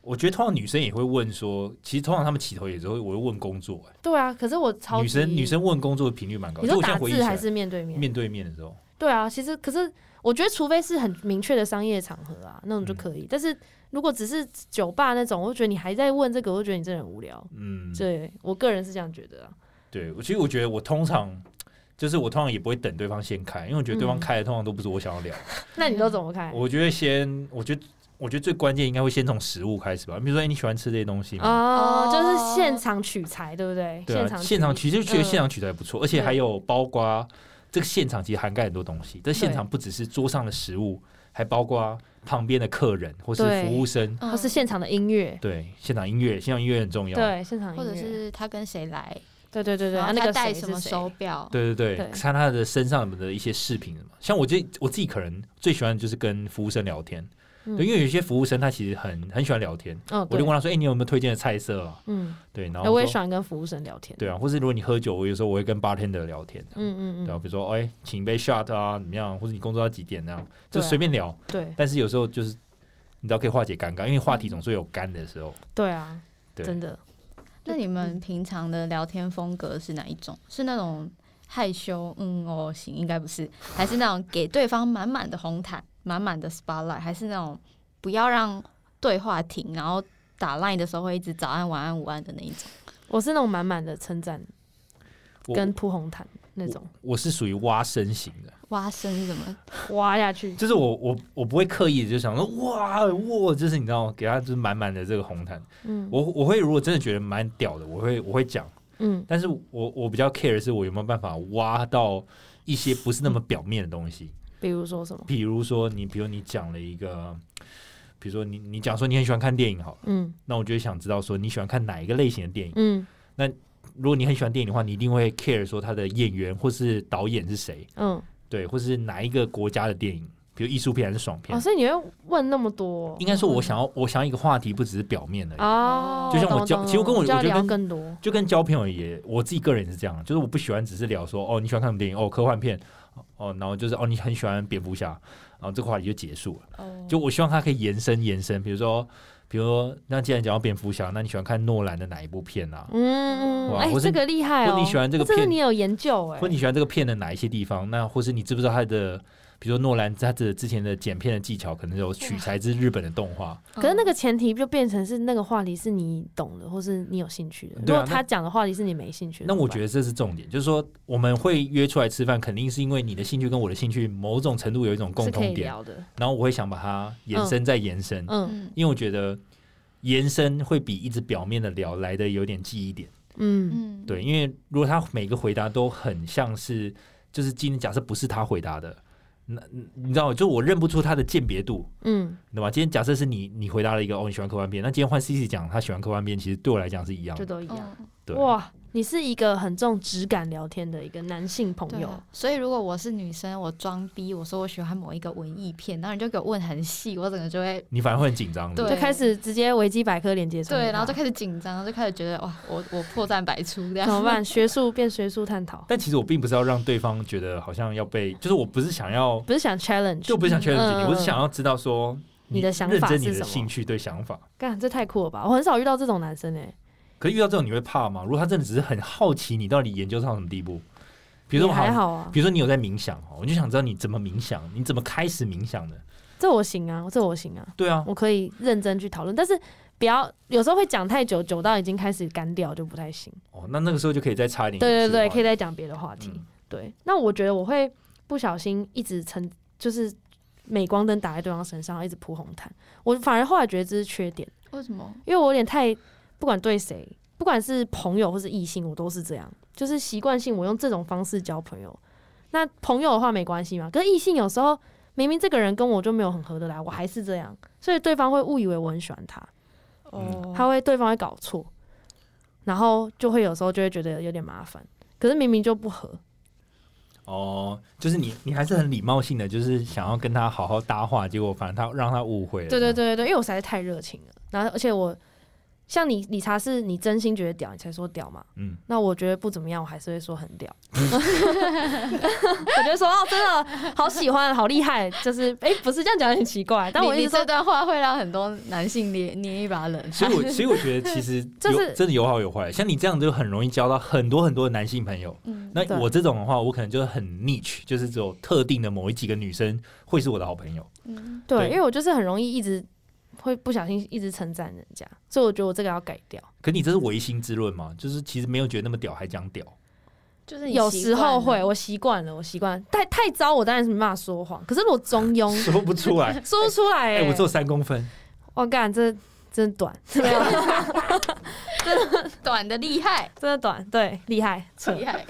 我觉得通常女生也会问说，其实通常她们起头也是会，我会问工作、欸
对啊，可是我超
女生
级
女，生问工作的频率蛮高。
你说
就我现
打
在回忆起
字还
来，
是面对面？
面对面的时候，
对啊，其实可是我觉得，除非是很明确的商业场合啊，那种就
嗯
可以。但是如果只是酒吧那种，我就觉得你还在问这个，我就觉得你真的很无聊。
嗯，
对我个人是这样觉得啊。
对，我其实我觉得我通常就是我通常也不会等对方先开，因为我觉得对方开的通常都不是我想要聊。
那你都怎么看？
我觉得先，我觉得我觉得最关键应该会先从食物开始吧。比如说，哎、你喜欢吃这些东西吗？
哦，
哦
就是现场取材，对不对？
对啊，
场
现场
场取
取就觉得
嗯
现场取材不错，而且还
对
有包括这个现场其实涵盖很多东西。这现场不只是桌上的食物，还包括旁边的客人或是
对
服务生。
嗯
或哦是现场的音乐，
对，现场音乐，现场音乐很重要。
对，现场音乐，
或者是他跟谁来，
对对对对，
然
啊
后
那
他
个
带
谁
什
是
么
谁
手表，
对对对，
对
看他的身上的一些饰品什么。像我这我自己可能最喜欢的就是跟服务生聊天，
嗯
对，因为有一些服务生他其实很很喜欢聊天，
哦，
我
对
就问他说：“哎、你有没有推荐的菜色啊
嗯，？”
对，然
哎
后
我也
说
喜欢跟服务生聊天，
对啊，或是如果你喝酒，我有时候我会跟 bartender 聊天，
嗯嗯
对啊，
嗯，
比如说哎、请一杯 shot 啊，怎么样？或者你工作到几点那样，就
对啊
随便聊。
对
但是有时候就是你知道可以化解尴尬，因为
嗯
话题总是有干的时候。
对啊，
对
真的，
那你们平常的聊天风格是哪一种？是那种害羞嗯哦型，应该不是，还是那种给对方满满的红毯、满满的 spotlight，还是那种不要让对话停，然后打 line 的时候会一直早安、晚安、午安的那一种？
我是那种满满的称赞
我
跟铺红毯那种
我是属于挖深型的，
挖深是什么？
挖下去，
就是我我我不会刻意的就想说哇哇，就是你知道，给他就是满满的这个红毯。
嗯
我我会如果真的觉得蛮屌的，我会我会讲，
嗯
但是我我比较 care 的是我有没有办法挖到一些不是那么表面的东西。
比如说什么，
比如说你，比如你讲了一个，比如说你你讲说你很喜欢看电影好了，
嗯
那我就会想知道说你喜欢看哪一个类型的电影。
嗯
如果你很喜欢电影的话，你一定会 care 说它的演员或是导演是谁，
嗯，
对，或是哪一个国家的电影，比如艺术片还是爽片。
哦，所以你会问那么多，
应该说，我想要我想要一个话题，不只是表面的，
哦，
就像我
懂
交
懂
其实我跟我
懂就要
我觉得
聊
跟
更多，
就跟交朋友也，我自己个人也是这样，就是我不喜欢只是聊说哦你喜欢看什么电影，哦科幻片，哦然后就是哦你很喜欢蝙蝠侠，然后这个话题就结束了。
哦
就我希望它可以延伸延伸，比如说，比如说，那既然讲到蝙蝠侠，那你喜欢看诺兰的哪一部片啊？
嗯，嗯
哇
哎，
或是
这个厉害哦，
或你喜欢这个
真的
片
你有研究哎
或，你喜欢这个片的哪一些地方？那或是你知不知道他的，比如说诺兰他的之前的剪片的技巧，可能有取材自日本的动画。
可是那个前提就变成是那个话题是你懂的，或是你有兴趣的。如
对啊
果他讲的话题是你没兴趣的，
那我觉
得
得这是重点，就是说我们会约出来吃饭，肯定是因为你的兴趣跟我的兴趣某种程度有一种共
是可
通
以
点，
聊的。
然后我会想把它延伸再延伸，
嗯
嗯
因为我觉得延伸会比一直表面的聊来的有点记忆点。
嗯
嗯，
对，因为如果他每个回答都很像是，就是今天假设不是他回答的，那你知道，就我认不出他的鉴别度，
嗯，
对吧？今天假设是你，你回答了一个哦，你喜欢科幻片，那今天换 C C 讲他喜欢科幻片，其实对我来讲是一样
就
的。
都一样。
嗯
对，
哇，你是一个很重质感聊天的一个男性朋
对
友，
啊，所以如果我是女生，我装逼，我说我喜欢某一个文艺片，然后你就给我问很细，我整个就会
你反而会很紧张。
对
就开始直接维基百科连接出来。
对，然 后就开始紧张，然后就开始觉得哇，我我破绽百出这样
怎么办？学术变学术探讨，
但其实我并不是要让对方觉得好像要被，就是我不是想要，
不是想 challenge，
就不是想确认自己，
嗯
我是想要知道说
你的想
认
法
真
是
你的
什么
兴趣对想法。
干这太酷了吧！我很少遇到这种男生哎、
可是遇到这种你会怕吗？如果他真的只是很好奇你到底研究到什么地步，比如说
也
我
还
像
好啊，
比如说你有在冥想哦，我就想知道你怎么冥想，你怎么开始冥想的？
这我行啊，这我行啊，
对啊，
我可以认真去讨论，但是不要有时候会讲太久，久到已经开始干掉就不太行。
哦，那那个时候就可以再插一点，
对对对，可以
以。
再讲别的话题。
嗯
对，那我觉得我会不小心一直成，就是镁光灯打在对方身上，一直铺红毯。我反而后来觉得这是缺点，
为什么？
因为我有点太不管对谁，不管是朋友或是异性，我都是这样，就是习惯性我用这种方式交朋友。那朋友的话没关系嘛，可是异性有时候明明这个人跟我就没有很合得来，我还是这样，所以对方会误以为我很喜欢他。
哦
嗯
他会对方会搞错，然后就会有时候就会觉得有点麻烦。可是明明就不合，
哦，就是你你还是很礼貌性的，就是想要跟他好好搭话，结果反正他让他误会了。
对对对对对，因为我实在是太热情了。然后而且我像你理查是你真心觉得屌，你才说屌嘛。
嗯，
那我觉得不怎么样，我还是会说很屌。 我觉得说哦，真的好喜欢，好厉害，就是哎、不是这样讲有点奇怪，但
你
我一
你
直说
这段话会让很多男性捏捏一 把冷汗。
所以我所以我觉得 其实
就是
有真的有好有坏，像你这样就很容易交到很多很多的男性朋友。
嗯，
那
对
我这种的话，我可能就是很 niche，就是只有特定的某一几个女生会是我的好朋友。
嗯
对，
对
因为我就是很容易一直会不小心一直称赞人家，所以我觉得我这个要改掉。
可你这是唯心之论嘛？就是其实没有觉得那么屌，还讲屌。
就是
有时候会，我习惯了，我习惯太太糟，我当然是没办法说谎。可是我中庸
说不出来。
说出来、
哎、
欸，
我只有三公分。
我干这真的短，
短的厉害，
真的短，对，厉害。
厉害，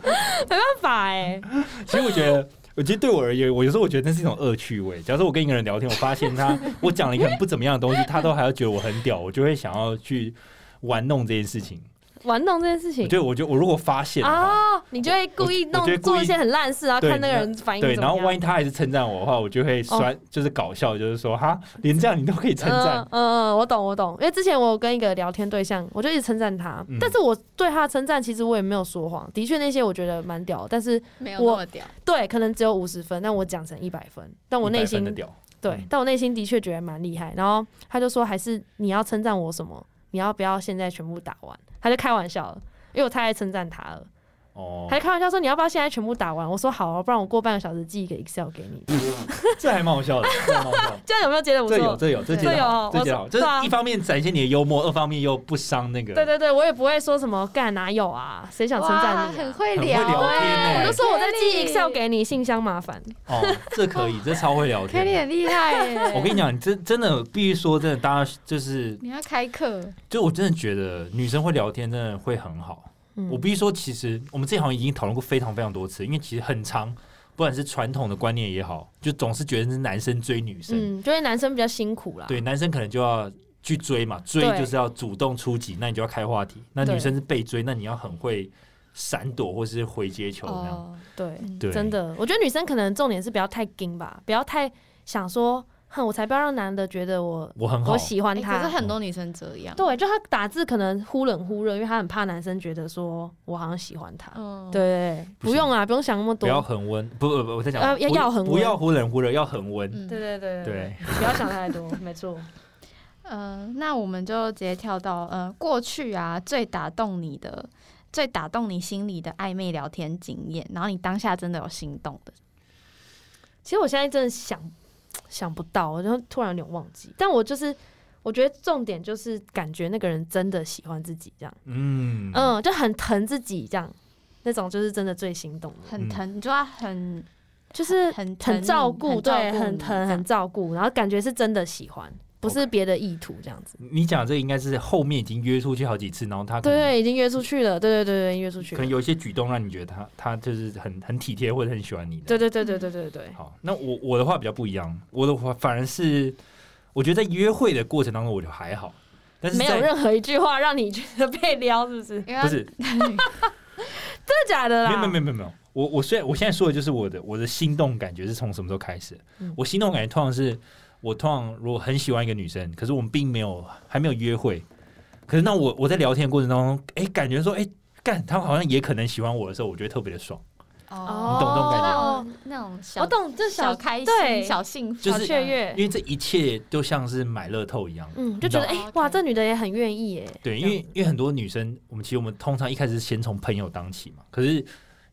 没办法哎、
其实我觉得，我其实对我而言，我有时候我觉得那是一种恶趣味。假如说我跟一个人聊天，我发 现他我讲了一个很不怎么样的东西，他都还要觉得我很屌，我就会想要去玩弄这件事情。
玩弄这件事
我
情
觉得，我就我如果发现的话，
啊、你就会故意
我
弄
就会故意
做一些很烂事，然后
对
看那个人反应
对，
哎怎
然后
么
万一
样。哦
他还是称赞我的话，我就会酸，就是搞笑，就是说哈，连这样你都可以称赞
嗯，嗯嗯，我懂我懂，因为之前我有跟一个聊天对象，我就一直称赞他，
嗯
但是我对他的称赞其实我也没有说谎，的确那些我觉得蛮屌的，但是
没有
我
那么屌。
对可能只有五十分，但我讲成一百分，但我内
100分
心
的屌，
对
嗯，
但我内心的确觉得蛮厉害。然后他就说，还是你要称赞我什么？你要不要现在全部打完？他就开玩笑了，因为我太爱称赞他了，
哦
他，就开玩笑说你要不要现在全部打完？我说好、啊，不然我过半个小时寄一个 Excel 给你。
嗯这还蛮好笑的，这还蛮好笑的
这样有没有觉 得不
这有
错？
这有这
对
节
有
好，这
我
节
是
好，就
对啊
是一方面展现你的幽默，二方面又不伤那个，
对对对，我也不会说什么干哪有啊，谁想称赞你、
很
啊？哎
会
很会
聊
聊
欸，
天
我
呢
就说我在寄
Kelly
Excel 给你，信箱麻烦。
哦，这可以，这超 会聊
k e l
天
l
的。
很厉害 耶！
我跟你讲，你真真的必须说，真的，大家就是，
你要开课，
就我真的觉得女生会聊天，真的会很好。
嗯
我必须说，其实我们这行已经讨论过非常非常多次，因为其实很长，不管是传统的观念也好，就总是觉得是男生追女生，
嗯，觉得男生比较辛苦啦。
对，男生可能就要去追嘛，追
对
就是要主动出击，那你就要开话题；那
对
女生是被追，那你要很会闪躲或是回接球那样。
哦，
对，
对，
真的，我觉得女生可能重点是不要太硬吧，不要太想说，哼，我才不要让男的觉得我
我很好
我，喜欢
哎
他。
可是很多女生这样，
对，就他打字可能忽冷忽热，因为他很怕男生觉得说我好像喜欢他。
嗯，
对对，对
不
不用啊，不用想那么
不
多。
要恒温，不不不，我在讲
呃
不，
要要恒温
不要忽冷忽热，要恒温。
嗯
对对对
对，
不要想太多，没错。
呃，那我们就直接跳到呃过去啊，最打动你的、最打动你心里的暧昧聊天经验，然后你当下真的有心动的，
其实我现在真的想想不到，我就突然有点忘记。但我就是，我觉得重点就是感觉那个人真的喜欢自己，这样，
嗯
嗯，就很疼自己，这样，那种就是真的最心动的。
嗯
很疼，你就要很
就是
很疼
很
你
照顾，
很照
对，
顾
很
你这
疼，
样
很照顾，然后感觉是真的喜欢，不是别的意图这样子。
你讲这个应该是后面已经约出去好几次，然后他可
对
能
对，已经约出去了，对对对对，约出去
可
了
能，有一些举动让你觉得他他就是很很体贴或者很喜欢你的。
对对对对对对对，
好，那我我的话比较不一样，我的话反而是我觉得在约会的过程当中我就还好，但是
没有
在
任何一句话让你觉得被撩， 是不是？
因为
不是
真的假的
没
啦？
有没有没有没有没有，我我虽然我现在说的就是我的我的心动感觉是从什么时候开始？
嗯
我心动感觉通常是我通常如果很喜欢一个女生，可是我们并没有还没有约会，可是那我我在聊天的过程当中，哎、感觉说哎。干，她好像也可能喜欢我的时候，我觉得特别的爽，
哦，
你懂这种感
哦
觉
哦，
那种小
我懂，这
小
小
开心、
对
小幸福、
就是
小雀跃
因，为这一切都像是买乐透一样。
嗯，就觉得
你懂
哎，哇，这女的也很愿意耶。
对，
这
因
样
为因为很多女生，我们其实我们通常一开始是先从朋友当起嘛。可是，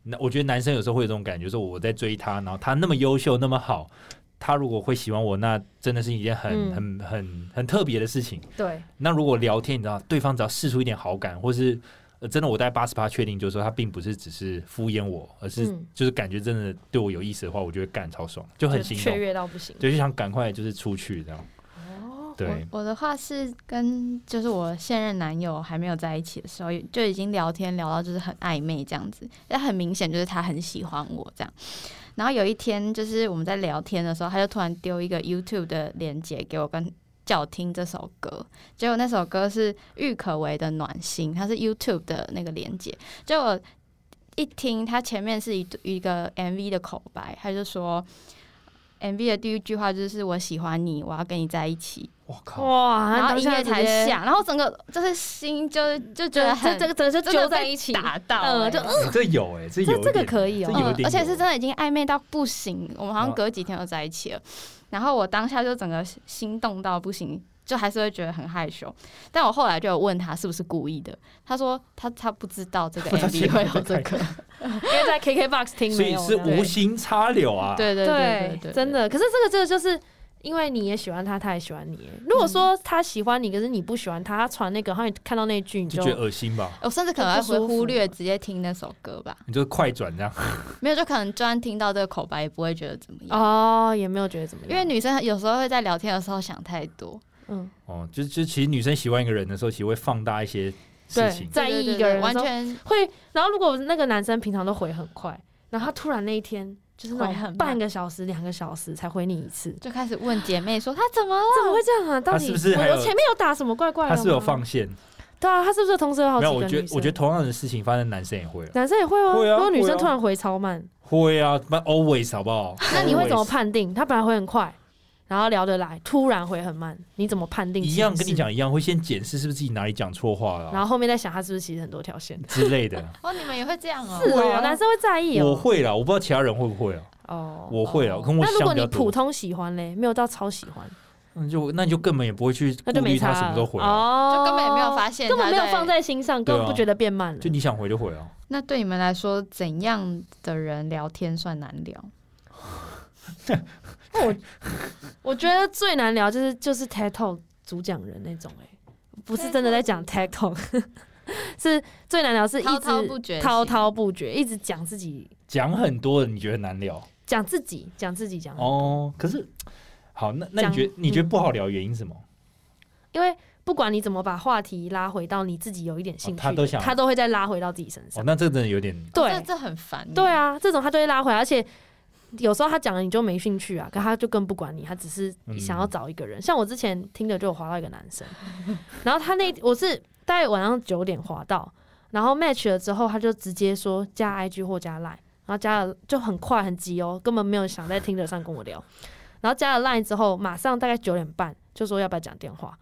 那我觉得男生有时候会有这种感觉，说我在追她，然后她那么优秀，那么好，她如果会喜欢我，那真的是一件很、
嗯
很很很特别的事情。
对
那如果聊天，你知道，对方只要试出一点好感，或是、呃真的我大概八十趴确定，就是说他并不是只是敷衍我，而是
嗯
就是感觉真的对我有意思的话，我就会干超爽，就很
就
心
雀
动，
跃到不行。
对，就想赶快就是出去这样。
哦
对，
我我的话是跟就是我现任男友还没有在一起的时候，就已经聊天聊到就是很暧昧这样子，但很明显就是他很喜欢我这样。然后有一天就是我们在聊天的时候，他就突然丢一个 YouTube 的链接给我跟。叫我听这首歌，结果那首歌是郁可唯的《暖心》，它是 YouTube 的那个连接。结果一听，它前面是一一个 MV 的口白，他就说 MV 的第一句话就是“我喜欢你，我要跟你在一起”。
我靠，
哇，
然后
当
音
下
乐
直
才
接，
响，然后整个就是心就就觉
就
得
这
很
这个整个就
真的
揪在
被
一起，
打到欸、
嗯，就嗯
这有哎、这有
这
一
这个
点
可以
这
哦
有一
呃
点
而且
有啊
是真的已经暧昧到不行，我们好像
哇
隔几天就在一起了。然后我当下就整个心动到不行，就还是会觉得很害羞。但我后来就有问他是不是故意的，他说他他 不知道这个
他现
MV
在
会有这个，
因为在 KKBOX 听
所
没
以
有这
是
样，
无心插柳啊。
对对对对对，
真的。可是这个这个就是因为你也喜欢他，他也喜欢你耶。如果说他喜欢你，可是你不喜欢他，他传那个，然后你看到那句你
就
就
觉得恶心吧？
我甚至可能
就不
会
舒服
忽略
了
直接听那首歌吧，
你就快转这样，
没有就可能专听到这个口白也不会觉得怎么样，
哦，也没有觉得怎么样，
因为女生有时候会在聊天的时候想太多，
嗯，
哦，就就其实女生喜欢一个人的时候，其实会放大一些事
对
情。
在
对对
意
对
一个
对
人的
完
时候
全
会。然后如果那个男生平常都回很快，然后他突然那一天就是那
回很慢
种半个小时、两个小时才回你一次，
就开始问姐妹说她怎么了，
怎么会这样啊？到
他
底
是不是
我
还有
我前面有打什么怪怪的？
他是有？放线，
对啊，他是不是同时有好
没
几
有？
个
我觉
女
得
生
我觉得同样的事情发生，男生也会啊，
男生也会吗？
会啊
如果女
会
生
啊
突然回超慢，
会啊，那 always 好不好？
那你会
Always
怎么判定？他本来回很快，然后聊得来，突然回很慢，你怎么判定？
一样跟你，讲一样，会先检视是不是自己哪里讲错话了
然
啊
后后面再想他是不是其实很多条线。
之 类的。
哦你们也会这样哦，
是
会
哦，
啊
男生会在意哦。
我会啦，我不知道其他人会不会啊，
哦，
我会啊，
哦
跟我
那如
想
果
比
你
较
普
多，
通喜欢嘞，没有到超喜欢，
那就那你就根本也不会去顾
那就没
虑
差
他
了。
什么时候回啊，
哦，
就根本也没有发现，
根本没有放。在心上，
对啊
根本不觉得变慢了
就。你想回就回啊。
那对你们来说，怎样的人聊天算难聊？
我觉得最难聊就是就是 TED Talk 主讲人那种，哎，不是真的在讲 TED Talk，是最难聊是一直
滔滔不绝型哦
滔滔不绝，一直讲自己，
讲很多的你觉得难聊
讲自己，讲自己，讲自己
哦，可是好，那那
嗯
你
讲
觉得你觉得
嗯
不好聊的原因是什么？哦
因为不管你怎么把话题拉回到你自己有一点兴趣的、
哦他都想
会再拉回到自己身
哦
上。，
那这真的有点
对、
这这很烦。欸
对，啊，这种他就会拉回来，而且有时候他讲了你就没兴趣啊，可他就更不管你，他只是想要找一个人。像我之前听的就有滑到一个男生， 然后他那我是大概晚上九点滑到，然后 match 了之后，他就直接说加 IG 或加 Line，然后加了就很快很急哦，根本没有想在听着上跟我聊。然后加了 Line 之后，马上大概九点半就说要不要讲电话，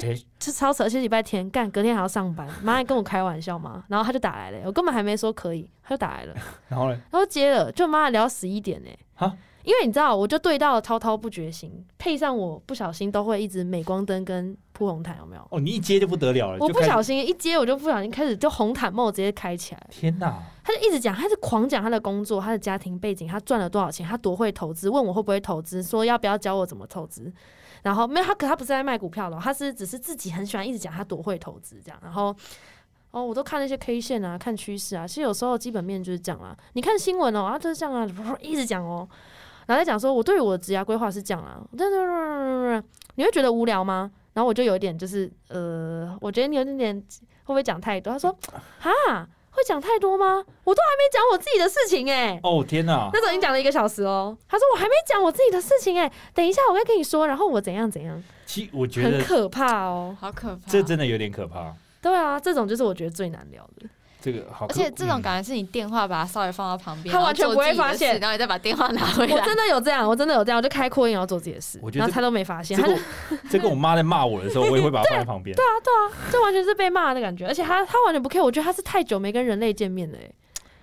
诶
就超扯，而且礼拜天干，隔天还要上班，妈，你跟我开玩笑吗？然后他就打来了、我根本还没说可以，他就打来了，
然后呢？
然后接了，就妈聊十一点呢、
哈
因为你知道，我就对到滔滔不绝型，配上我不小心都会一直镁光灯跟铺红毯，有没有？
哦，你一接就不得了了，
我
就
不
开始
小心一接，我就不小心开始就红毯帽直接开起来，
天哪，
他就一直讲，他就狂讲他的工作、他的家庭背景、他赚了多少钱、他多会投资，问我会不会投资，说要不要教我怎么投资。然后没有他，可他不是在卖股票的哦，他是只是自己很喜欢一直讲他多会投资这样。然后哦，我都看那些 K 线啊，看趋势啊，其实有时候基本面就是这样啦。你看新闻哦，啊就是这样啊，一直讲哦，然后再讲说我对于我的职业规划是这样哦啦，你会觉得无聊吗？然后我就有点就是呃，我觉得你有点点会不会讲太多？他说哈。会讲太多吗？我都还没讲我自己的事情哎、
哦天哪，
那时候已经讲了一个小时哦。他说我还没讲我自己的事情哎、等一下我再跟你说，然后我怎样怎样，
其我觉
很
得
可怕哦。
好可怕。
这真的有点可怕。
对啊，这种就是我觉得最难聊 的。
这个好
哦而
可，
且这种
嗯
感觉是你电话把它稍微放到旁边，
他完全
然后做自己
不会
的
发
事
现
然后你再把电话拿回
我
来。
真的有这样，我真的有这样，我就开扩音然后做自己的事
我，觉得
然后他都没发现，
这
他
个
就
我这个我妈在骂我 的时候，我也会把它放在旁边。
就完全是被骂的感觉，而且他他完全不 care，我觉得他是太久没跟人类见面了、欸，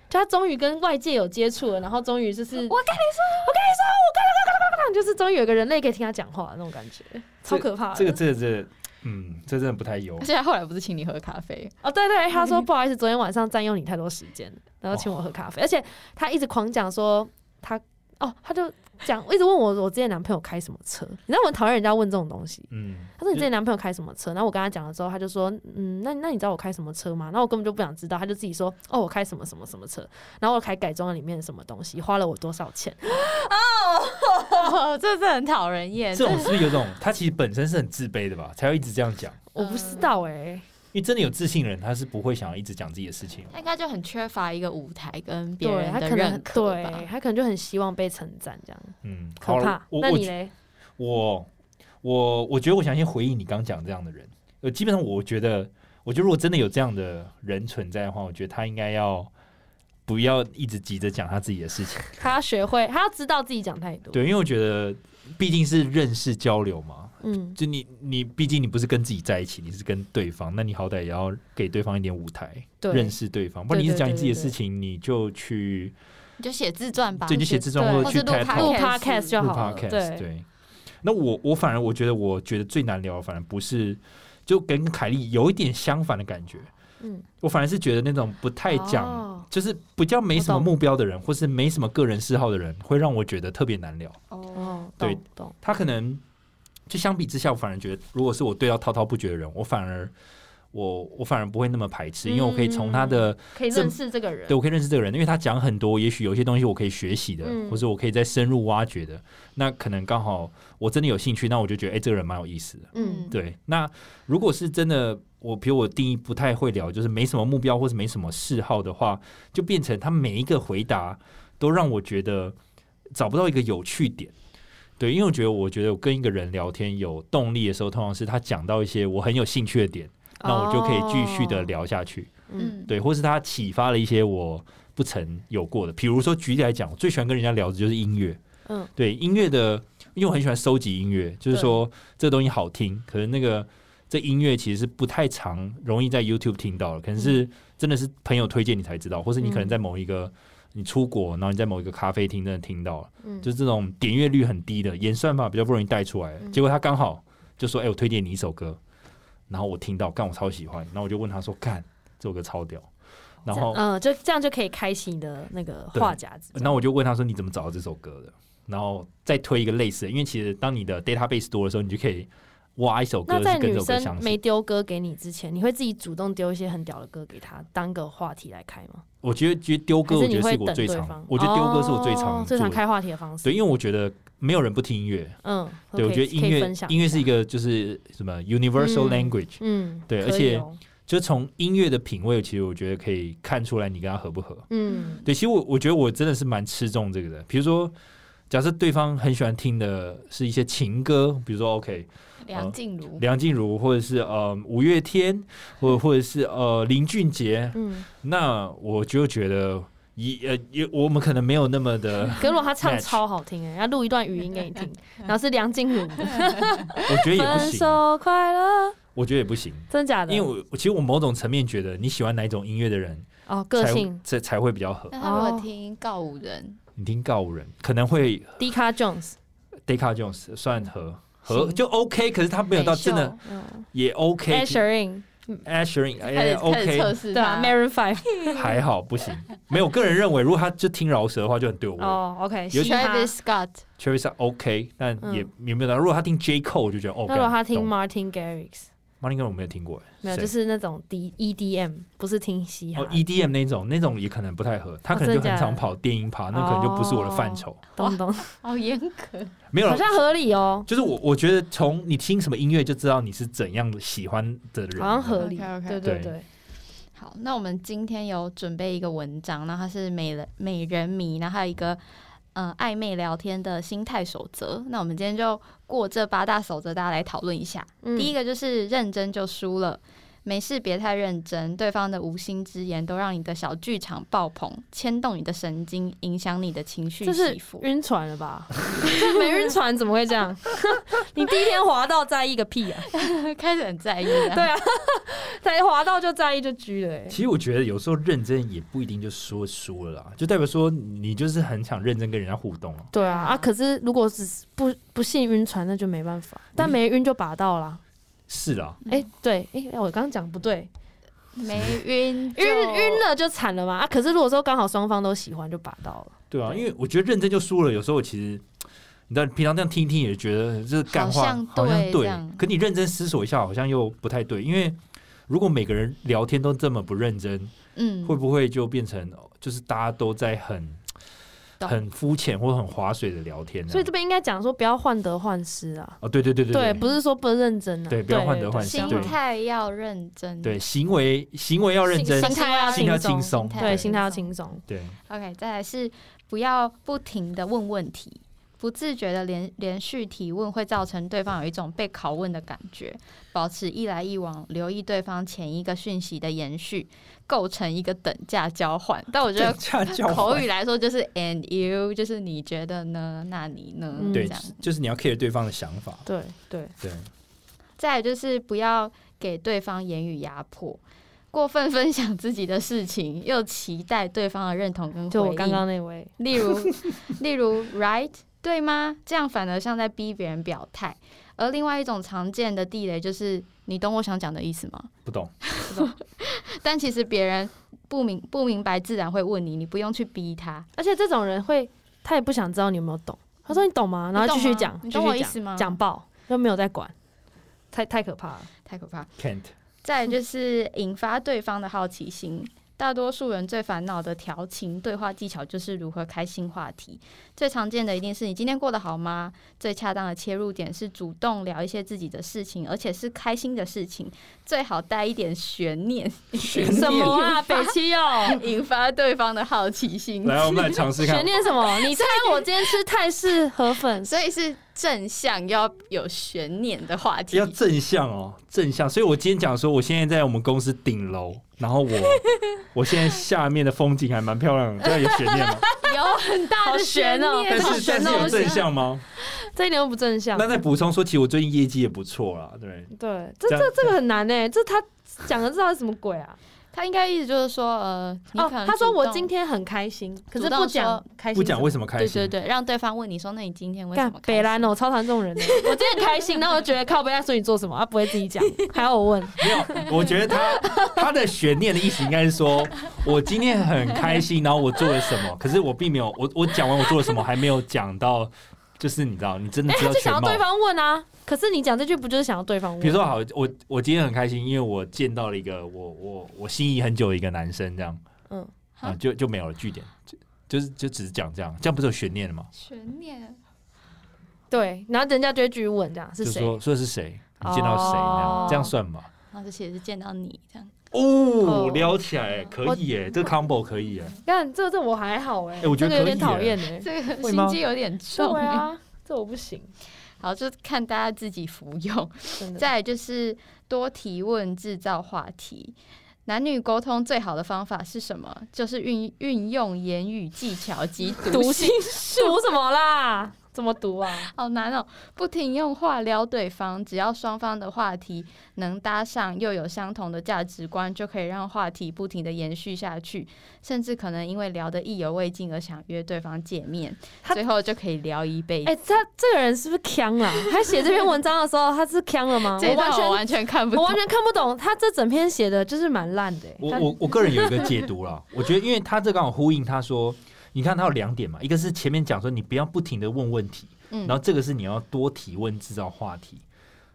就他终于跟外界有接触了，然后终于就是我跟你说，我跟你说，我跟你说，就是终于有个人类可以听他讲话那种感觉，超可怕的。
这个这个这个，嗯，这真的不太有
而。且他后来不是请你喝咖 啡，
哦，对对，他说不好意思，昨天晚上占用你太多时间了，然后请我喝咖啡，而且他一直狂讲说他哦，他就讲一直问我我之前男朋友开什么车，你知道我很讨厌人家问这种东西。
嗯，
他说你之前男朋友开什么车？然后我跟他讲了之后，他就说，嗯，那那你知道我开什么车吗？然后我根本就不想知道，他就自己说，哦，我开什么什么什么车，然后我还改装了里面什么东西，花了我多少钱？
哦，这是很讨人
哎
厌。
这种是不是有种他其实本身是很自卑的吧，才会一直这样讲？
我不知道哎、
因为真的有自信的人，他是不会想要一直讲自己的事情。
他应该就很缺乏一个舞台跟别
对
人
他
的
可能
认
很
可
对
吧。
他可能就很希望被称赞这样，
嗯，
可
好
怕
了，。我
那
我
你嘞？
我我我觉得我想先回应你刚讲这样的人，呃，基本上我觉得，我觉得如果真的有这样的人存在的话，我觉得他应该要不要一直急着讲他自己的事情，
他要学会，他要知道自己讲太多。
对，因为我觉得毕竟是认识交流嘛，
嗯，
就你你毕竟你不是跟自己在一起，你是跟对方，那你好歹也要给对方一点舞台，
对，
认识对方，不然你一直
对对
讲你自己的
对对
事情，你就去
你就写自传吧，
对，你就写自传
或
或者
是
去
录
TED
他
Talk
录
podcast
podcast 就
录
好了。
podcast，对。那我我反而我觉得我觉得最难聊，反而不是就跟凯莉有一点相反的感觉，
嗯，
我反而是觉得那种不太讲，
哦
就是比较没什么
我懂
目标的人，或是没什么个人嗜好的人，会让我觉得特别难聊。
哦，
哦，
对
懂懂，
他可能就相比之下，我反而觉得，如果是我对他滔滔不绝的人，我反而我我反而不会那么排斥，因为我可以从他的、
可以认识这个人
对，我可以认识这个人，因为他讲很多，也许有些东西我可以学习的，
嗯
或者我可以再深入挖掘的。那可能刚好我真的有兴趣，那我就觉得，哎、这个人蛮有意思的。
嗯，
对，那如果是真的，我比如我定义不太会聊，就是没什么目标或是没什么嗜好的话，就变成他每一个回答都让我觉得找不到一个有趣点。对，因为我觉得，我觉得我跟一个人聊天有动力的时候，通常是他讲到一些我很有兴趣的点，那我就可以继续
哦
的聊下去。
嗯，
对，或是他启发了一些我不曾有过的。比如说，举例来讲，我最喜欢跟人家聊的就是音乐。
嗯，
对，音乐的，因为我很喜欢收集音乐，就是
对
说这个东西好听，可能那个这音乐其实是不太常容易在 YouTube 听到的，可能是
嗯
真的是朋友推荐你才知道，或是你可能在某一个。你出国，然后你在某一个咖啡厅真的听到了，
嗯
就是这种点阅率很低的演算法比较不容易带出来。
嗯
结果他刚好就说：“哎、我推荐你一首歌。”然后我听到，干我超喜欢，然后我就问他说：“干，这首歌超屌。”然后
嗯，就这样就可以开启你的那个话匣子。
那我就问他说：“你怎么找到这首歌的？”然后再推一个类似的，因为其实当你的 database 多的时候，你就可以挖一首歌
那在
是跟
女
这首歌
生
相似
没。丢歌给你之前，你会自己主动丢一些很屌的歌给她，当个话题来开吗？
我觉得觉得丢歌，我
还
觉
是你
得
会
是我
等
最
对
常
方？，
我觉得丢歌是我最
哦
常
最
做
常
的
开话题的方式。
对，因为我觉得没有人不听音乐。
嗯，
对，我
可以
觉得音
可以
乐
分享
音乐是一
个，
个就是什么 universal
嗯
language，、
嗯，
对
可以
而且
哦
就从音乐的品味，其实我觉得可以看出来你跟他合不合。
嗯
对，其实我我觉得我真的是蛮吃重这个的。比如说，假设对方很喜欢听的是一些情歌，比如说 OK
梁静茹，
嗯梁静茹，或者是呃五月天，或或者是呃林俊杰，
嗯，
那我就觉得一呃也我们可能没有那么的，
可是如果他唱
Match
超好听哎，要录一段语音给你听， 然后是梁静茹的
我觉得也不
分
行，
手快乐，
我觉得也不行。
真假的？
因为我我其实我某种层面觉得你喜欢哪一种音乐的人，
哦，个
才
性
才才会比较合。
那他如果听告五人，
你听告五人可能会
d i c a Jones，
Decca Jones 算合合
行
就 OK，可是他没有到真的
美秀
嗯
也 OK。
a s h e r i n
Asherin
开
哎
始开始测
，OK，
试
对啊
他，
，Maroon Five，
还好不行。没有，我个人认为，如果他就听饶舌的话，就很 对我味。
哦，OK，
尤其
嘻哈。
Travis Scott，
Travis OK，但
嗯
也也没有到。如果他听 J Cole，我就觉得哦，
那如果
干
他听
懂
Martin Garrix，
Martin Garrix 我没有听过，哎
没有，
谁
就是那种 D EDM，不是听嘻哈
哦，EDM 那种，那种也可能不太合。他可能
哦真的
就
假
很
的
常跑电音趴，那可能就不是我的范畴。
懂不懂？
好严格，
没有
好
啦，
像合理哦，
就是我我觉得从你听什么音乐就知道你是怎样喜欢的人。
好像合理，
OK，OK
对对
对
对，
好，那我们今天有准备一个文章，然后它是美人美人迷，然后还有一个呃暧昧聊天的心态守则。那我们今天就过这八大守则，大家来讨论一下。第一
个
个就是认真就输了，没事别太认真，对方的无心之言都让你的小剧场爆棚，牵动你的神经，影响你的情绪
这是
起伏。
晕船了吧？这 没晕船怎么会这 样？你第一天滑到在意个屁啊！
开始很在意了，
对啊，才滑到就在意就狙了欸，
其实我觉得有时候认真也不一定就说输了啦，就代表说你就是很想认真跟人家互动啊。
对啊啊！可是如果只是不不幸晕船，那就没办法，但没晕就拔到啦。
是啦，
哎、对，哎、我刚刚讲不对，
没晕就
晕晕了就惨了嘛啊！可是如果说刚好双方都喜欢，就拔到了。
对啊，因为我觉得认真就输了。有时候其实，你知道，平常这样听一听也觉得就是干话
好像对这
对
样，
可你认真思索一下，好像又不太对。因为如果每个人聊天都这么不认真，
嗯，
会不会就变成哦就是大家都在很
懂
很肤浅或很划水的聊天呢？啊
所以这边应该讲说不要患得患失啊，
哦，对对对
对，
对
不是说不认真啊，
对不要患得患失
心
对
态要认真，
对，行为行为要认真，
心态要
心态要
轻松
轻
心
松，
态
对，心态要轻松。
对。
OK，再来是不要不停的问问题，不自觉的连连续提问会造成对方有一种被拷问的感觉。保持一来一往，留意对方前一个讯息的延续，构成一个等价交换。但我觉得
恰叫
口语来说就是 “and you”，就是你觉得呢？那你呢？
嗯
这
对
样。，
就是你要 care 对方的想法，
对对，
对，
再来就是不要给对方言语压迫。过分分享自己的事情，又期待对方的认同跟回应。
就我刚刚那位，
例如，例如 right 对吗？这样反而像在逼别人表态。而另外一种常见的地雷就是，你懂我想讲的意思吗？
不懂。
但其实别人不明不明白，自然会问你，你不用去逼他。
而且这种人会，他也不想知道你有没有懂。他嗯说你懂吗？然后继续讲，
你
继
懂吗你懂
续
我意
讲
思吗
讲爆，又没有在管，太太可怕了。
太可怕。
Can't
嗯
再来就是引发对方的好奇心。大多数人最烦恼的调情对话技巧就是如何开新话题。最常见的一定是你今天过得好吗？最恰当的切入点是主动聊一些自己的事情，而且是开心的事情，最好带一点悬念，
什么啊，北七哦？
引发对方的好奇心。
来，我哦们来尝试
悬
看。
念什么？你猜我今天吃泰式河粉，
所以是正向，要有悬念的话题
要。正向哦，正向。所以我今天讲说，我现在在我们公司顶楼，然 后我我现在下面的风景还蛮漂亮的，这样有悬念吗？
有很大
好
的悬
悬哦
念，
但
这好
是
悬
但
哦
是有
我觉得
正向吗？
这一点都不正向
那。再补充说，其实我最近业绩也不错啦，对。
对，这
这样
这这个很难哎，这他讲的这到底什么鬼啊？
他应该意思就是说，呃，你
哦
可能，
他说
主
我
动
今天很开心，可
主
是
动
不讲
说
开心什么，
不讲为什么开
对
心，
对对，让对方问你说，那你今天为什
干
么开
北
心？
兰哦，超常这种 人的。我今天很开心，那我就觉得靠北，他说你做什么，他不会自己讲，还要我问。
没有，我觉得他 他的悬念的意思应该是说，我今天很开心，然后我做了什么，可是我并没有，我我讲完我做了什么，还没有讲到，就是你知道，你真的
哎，
知
他
道
就
全
想要
貌
对。方问啊，可是你讲这句不就是想要对方问？
比如说，好，我我今天很开心，因为我见到了一个我我我心仪很久的一个男生，这样
嗯，
啊，就就没有了据点，就就是就只是讲这样，这样不是有悬念了吗？
悬念，
对，然后人家就会继续问，这样是
就
谁？
说说是谁，你见到谁，这
哦
样这样算吗？
然后就写是见到你这样。
哦
哦，
撩起来可以耶，这个 combo 可以耶，
干这这我还好哎，
哎我觉
这
得
个有点
可以耶
讨 厌哎。
这个
会
心
吗
机有点重
对
欸。
啊，这我不行，
好，就看大家自己服用。
真的。
再来就是多提问，制造话题。男女沟通最好的方法是什么？就是运运用言语技巧 及读心，
读什么啦？怎么读啊？
好难哦！不停用话撩对方，只要双方的话题能搭上，又有相同的价值观，就可以让话题不停的延续下去，甚至可能因为聊得意犹未尽而想约对方见面，
他
最后就可以聊一辈子。
哎、他这个人是不是呛 啦？他写这篇文章的时候，他是呛了吗？
这
我
一段
完全
我完全看不
我
懂
完。全看不懂，他这整篇写的就是蛮烂的、
我
欸他
我我个人有一个解读啦，我觉得因为他这刚好呼应他说，你看他有两点嘛，一个是前面讲说你不要不停的问问题，
嗯
然后这个是你要多提问制造话题。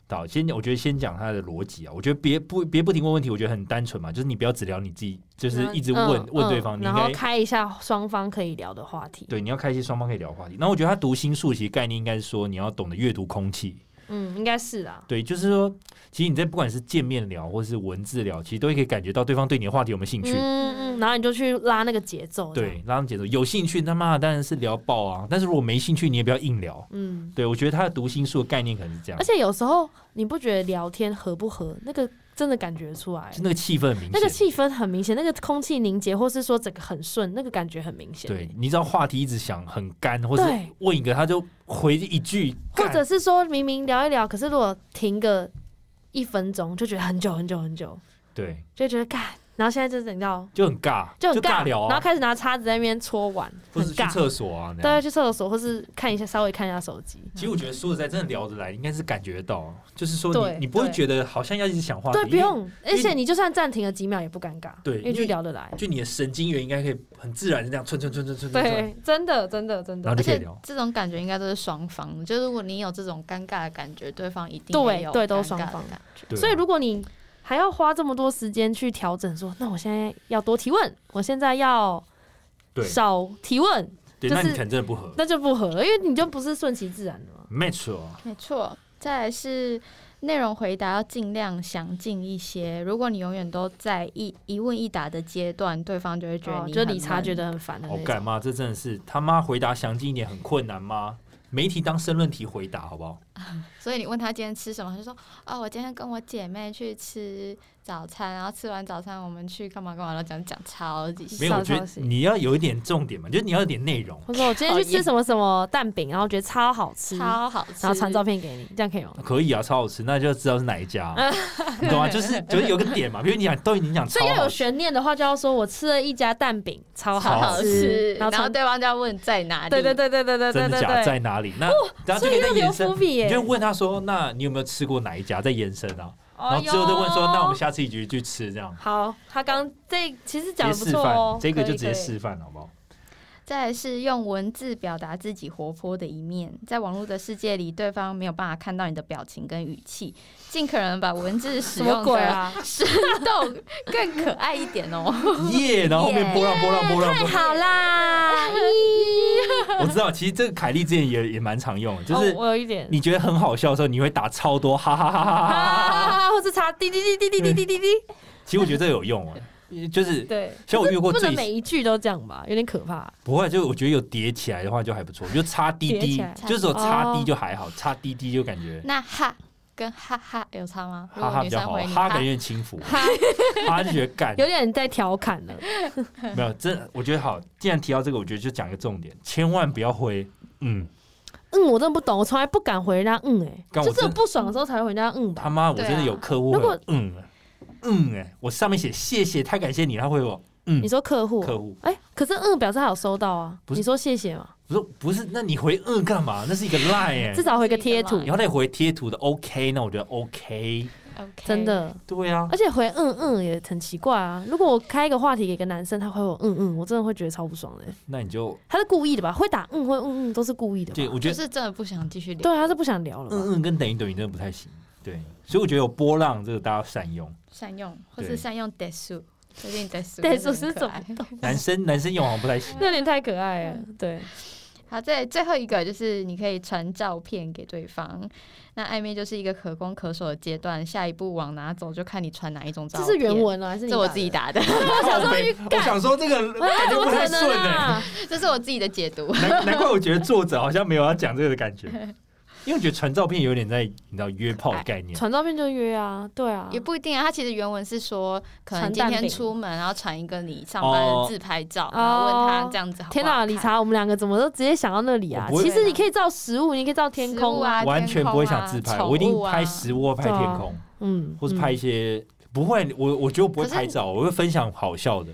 好，先我觉得先讲他的逻辑啊，我觉得别不别不停问问题，我觉得很单纯嘛，就是你不要只聊你自己，就是一直问、
嗯
问对方，
嗯
你应
然后
该
开一下双方可以聊的话题。
对你要开一些双方可以聊的话题。那我觉得他读心术其实概念应该是说你要懂得阅读空气，
嗯，应该是啦。
对，就是说其实你在不管是见面聊或是文字聊，其实都可以感觉到对方对你的话题有没有兴趣。
嗯嗯，然后你就去拉那个节奏。哦这样，
对，让他们解读。有兴趣他妈的当然是聊爆啊，但是如果没兴趣，你也不要硬聊。
嗯，
对，我觉得他的读心术的概念可能是这样
而，且有时候你不觉得聊天合不合，那个真的感觉出来
就，那个气氛很明显。
那个气氛很明显，那个空气凝结，或是说整个很顺，那个感觉很明显。
对，你知道话题一直想很干，或是
对
问一个他就回一句，
或
干
者是说明明聊一聊，可是如果停个一分钟，就觉得很久很久很久，
对，
就觉得干。然后现在就是你知道，
就很尬，
就很
尬聊
然后
啊，
开始拿叉子在那边搓碗，
或
很
是去
尬。
厕所啊那
对，
样。
去厕所或是看一下，稍微看一下手机。
其实我觉得说实在，真的聊得来，应该是感觉得到，就是说
对
你你不会
对
觉得好像要一直想话题，
对，不。用，
为
而且你就算暂停了几秒也不尴尬，
对
因为
因
就
为
聊得来。
就你的神经元应该可以很自然的这样窜窜窜窜窜窜，窜
对，真的，真的，真
然后
的。
而
就可以
且
聊。
这种感觉应该都是双方的，就如果你有这种尴尬的感觉，对方一定
对
也有
对都
尴
双
尬的
方
感觉。
对啊
所以如果你还要花这么多时间去调整说那我现在要多提问，我现在要
对
少提问，
对，
就
那你
是
可能真的不合，
那就不合，因为你就不是顺其自然的嘛。
没错。
没错，再来是内容回答要尽量详尽一些。如果你永远都在一一问一答的阶段，对方就会觉得
哦，
你、
就是理查觉。得很烦的
好
那
干
种。
嘛？这真的是他妈回答详尽一点很困难吗？媒体当申论题回答好不好？
所以你问他今天吃什么，他就说：“哦，我今天跟我姐妹去吃早餐，然后吃完早餐我们去干嘛干嘛。”然后讲讲超级细
没有，
少
我觉
抄
得
袭
你要有一点重点嘛，就是你要有点内容。
或者我今天去吃什么什么蛋饼，然后觉得超好吃，然
超好吃，
后传照片给你，这样可以吗？
可以啊，超好吃，那就知道是哪 一家、你懂吗？就是就是有个点嘛，比如你讲都已经讲超
所以要
好
有
吃，
悬念的话，就要说我吃了一家蛋饼，超
超好吃，
然
然
后
后
传
对方就要问在哪里。
对对对对对对对
真的
对
假的
对，哦
在哪里？那然后就
所
可
以
以再
要留
延伸
伏，笔
你
耶
就。问他说，那你有没有吃过哪一家？再延伸啊，
哦
然后之后就问说，那我们下次一起去吃这样。
好，他刚这其实
直
讲的
接
不
示
错哦
范，，这个
可以
就直接。
可以
示范好不好？
再来是用文字表达自己活泼的一面，在网络的世界里，对方没有办法看到你的表情跟语气，尽可能把文字使
什么
用
鬼
的
啊？
生动、更可爱一点哦。
耶！然后后面波浪波浪波浪波
太哎好啦！
浪， 我知道，其实这个凯莉之前也也蛮常用的，就是
哦我有一点，
你觉得很好笑的时候，你会打超多哈哈 哈哈哈哈。
啊，或是擦滴滴滴滴滴滴滴滴滴，
其实我觉得这有用啊，就是
对，
像我遇过
不
最
能每一句都这样吧，有点可怕。
不会，就我觉得有叠起来的话就还不错，就擦滴
叠起
滴
来，
就是有擦滴
哦
就还好，擦滴滴就感觉
那哈跟哈哈有差吗？如
哈
果
哈
女
比较
生
好，
回你啊
哈感觉很 轻浮，
哈，
哈就觉得干
有点在调侃了。
没有，真我觉得好。既然提到这个，我觉得就讲一个重点，千万不要回嗯，
嗯，我真的不懂，我从来不敢回人家嗯、欸，
干我
就只有
真
不爽的时候才会回人家嗯吧。
他妈，我真的有客户会
对
有
啊
嗯嗯哎，我上面写谢谢，太感谢你，他会我嗯
你说客户，
客户
哎、可是嗯表示他有收到啊，
不是
你说谢谢嘛，
不是不是，那你回嗯干嘛？那是一个 line 哎
至，少回个贴图
是一
然，后再回贴图的 OK，那我觉得 OK，
OK，
真的。
对啊，
而且回嗯嗯也很奇怪啊。如果我开一个话题给个男生，他回我嗯嗯，我真的会觉得超不爽的、欸
那你就
他是故意的吧？会打嗯会嗯嗯都是故意的吧。
对我觉
啊就
得
是真的不想继续聊。
对啊，他是不想聊了吧。
嗯嗯跟等于等于真的不太行，对，所以我觉得有波浪这个大家要善 用，
善用，或
对
是善用 desu，最近 desu
对，
真
是
的
是
很
怎
可
么
爱。
懂？
男生男生用好像不太行，
那有点太可爱了。对，
好，再最后一个就是你可以传照片给对方。那暧昧就是一个可攻可守的阶段，下一步往哪走就看你传哪一种照
这
片。
是原，文哦，还是你
这我
打
自己
的？
打的，
靠哦北我想说这个感觉不太顺哎。
啊，
这是我自己的解 读。
难难怪我觉得作者好像没有要讲这个的 感觉，因为我觉得传照片有点在你知道约炮
哎
的概念，
传照片就约啊，对啊，
也不一定啊，他其实原文是说，可能
传
今
蛋
天
饼
出门，然后传一个你上班
哦
的自拍照，然后问他
哦
这样子好不好看。
天哪，理查，我们两个怎么都直接想到那里啊
我？不会
其实你可以照食物，你可以照天
食
空
物啊，
完全不会想自
天
拍，
空啊
我一定
宠物啊
拍食物、拍天空，
嗯，
或是拍一些不会，我我觉得我不会
可是
拍照，我会分享好笑的。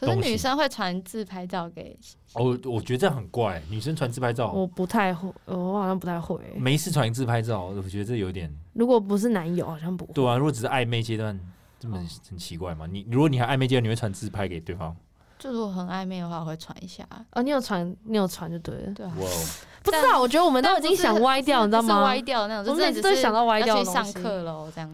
可是
东西
女生会传自拍照给，
哦，我觉得这样很怪，女生传自拍
嗯。
照，
我不太会，我好像不太会。
没事传自拍照，我觉得这有点
如果不是男友，好像不会。
对啊。如果只是暧昧阶段，这么很很奇怪嘛？你如果你还暧昧阶段，你会传自拍给对方？
就如果很暧昧的话，我会传一下。啊
哦，你有传，你有传就对了。
对啊，
哇哦，
不知道，我觉得我们都已经想歪掉，你知道
是
吗
歪？掉的那种，
我
就
每
真的
次都
只
会
是
想到歪掉
要去
的东
上
西
课喽，这样。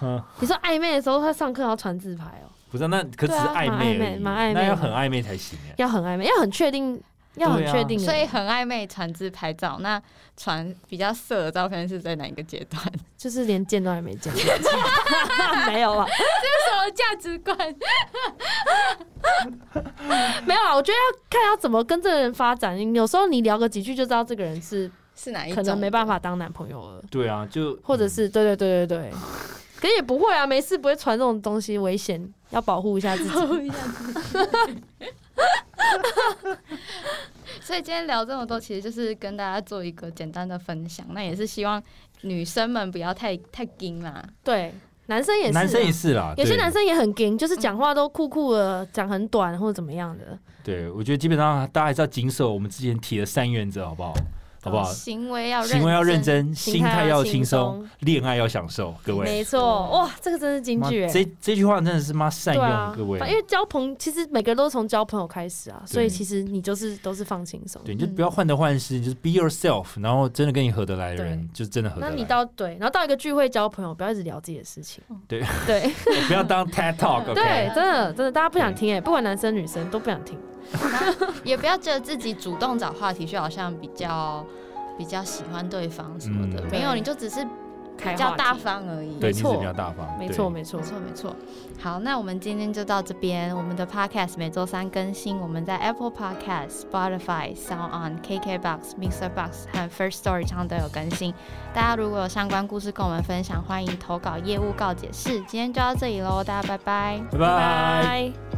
哼
你说暧昧的时候，他上课要传自拍哦，
不是那可只是
对啊
暧昧而已，
蛮暧昧
那要很暧昧才行哎。
要很暧昧，要很确定，要很
对啊
确定的。
所以很暧昧传自拍照，那传比较色的照片是在哪一个阶段？
就是连见都还 没见过， 没有啊，
什么价值观？
没有啊。我觉得要看要怎么跟这个人发展。有时候你聊个几句就知道这个人是
是哪一
可
种？
能没办。法当男朋友了，
对啊，就
或者是对对对对对，嗯 可也不会啊，没事不会传这种东西，危险，要保护一下自 己。
所以今天聊这么多，其实就是跟大家做一个简单的分享。那也是希望女生们不要太太硬啦，
对，男生也是啊，
男生也是啦，
有些
对
男生也很 gay，就是讲话都酷酷的，讲很短或者怎么样的。
对，我觉得基本上大家还是要谨守我们之前提的三原则，好
哦
不好？好不好？
哦行为要
行为要认，真，
心
心
态
态
要
要
轻
轻
松
松，恋爱要享受，各位
没。错，哇，这个真是金
妈
句哎、
这这句话真的是妈善
对
用，
啊，
各位
反。因为交朋，其实每个都是从交朋友开始啊，所以其实你就是都是放轻松。
对，你就不要患得患失，你就是 be yourself，然后真的跟你合得来的人，就真的合得
那
来。
你到对，然后到一个聚会交朋友，不要一直聊自己的事情。
对
对
不要当 TED Talk，OK？、
对，真的真的，大家不想听哎、不管男生女生都不想听。
也不要觉得自己主动找话题，就好像比较比较喜欢对方什么的，
嗯
没有，你就只是
开
比较
话
大
题，
方而已。
没
对，你只
错
是比较大方。
没
对
错没错
没。错，没错。好，那我们今天就到这边。我们的 Podcast 每周三更新，我们在 Apple Podcast、Spotify、Sound On、KKBox、Mixer Box 和 First Story 上都有更新。大家如果有相关故事跟我们分享，欢迎投稿业务告解室。今天就到这里喽，大家拜拜。
拜拜。
拜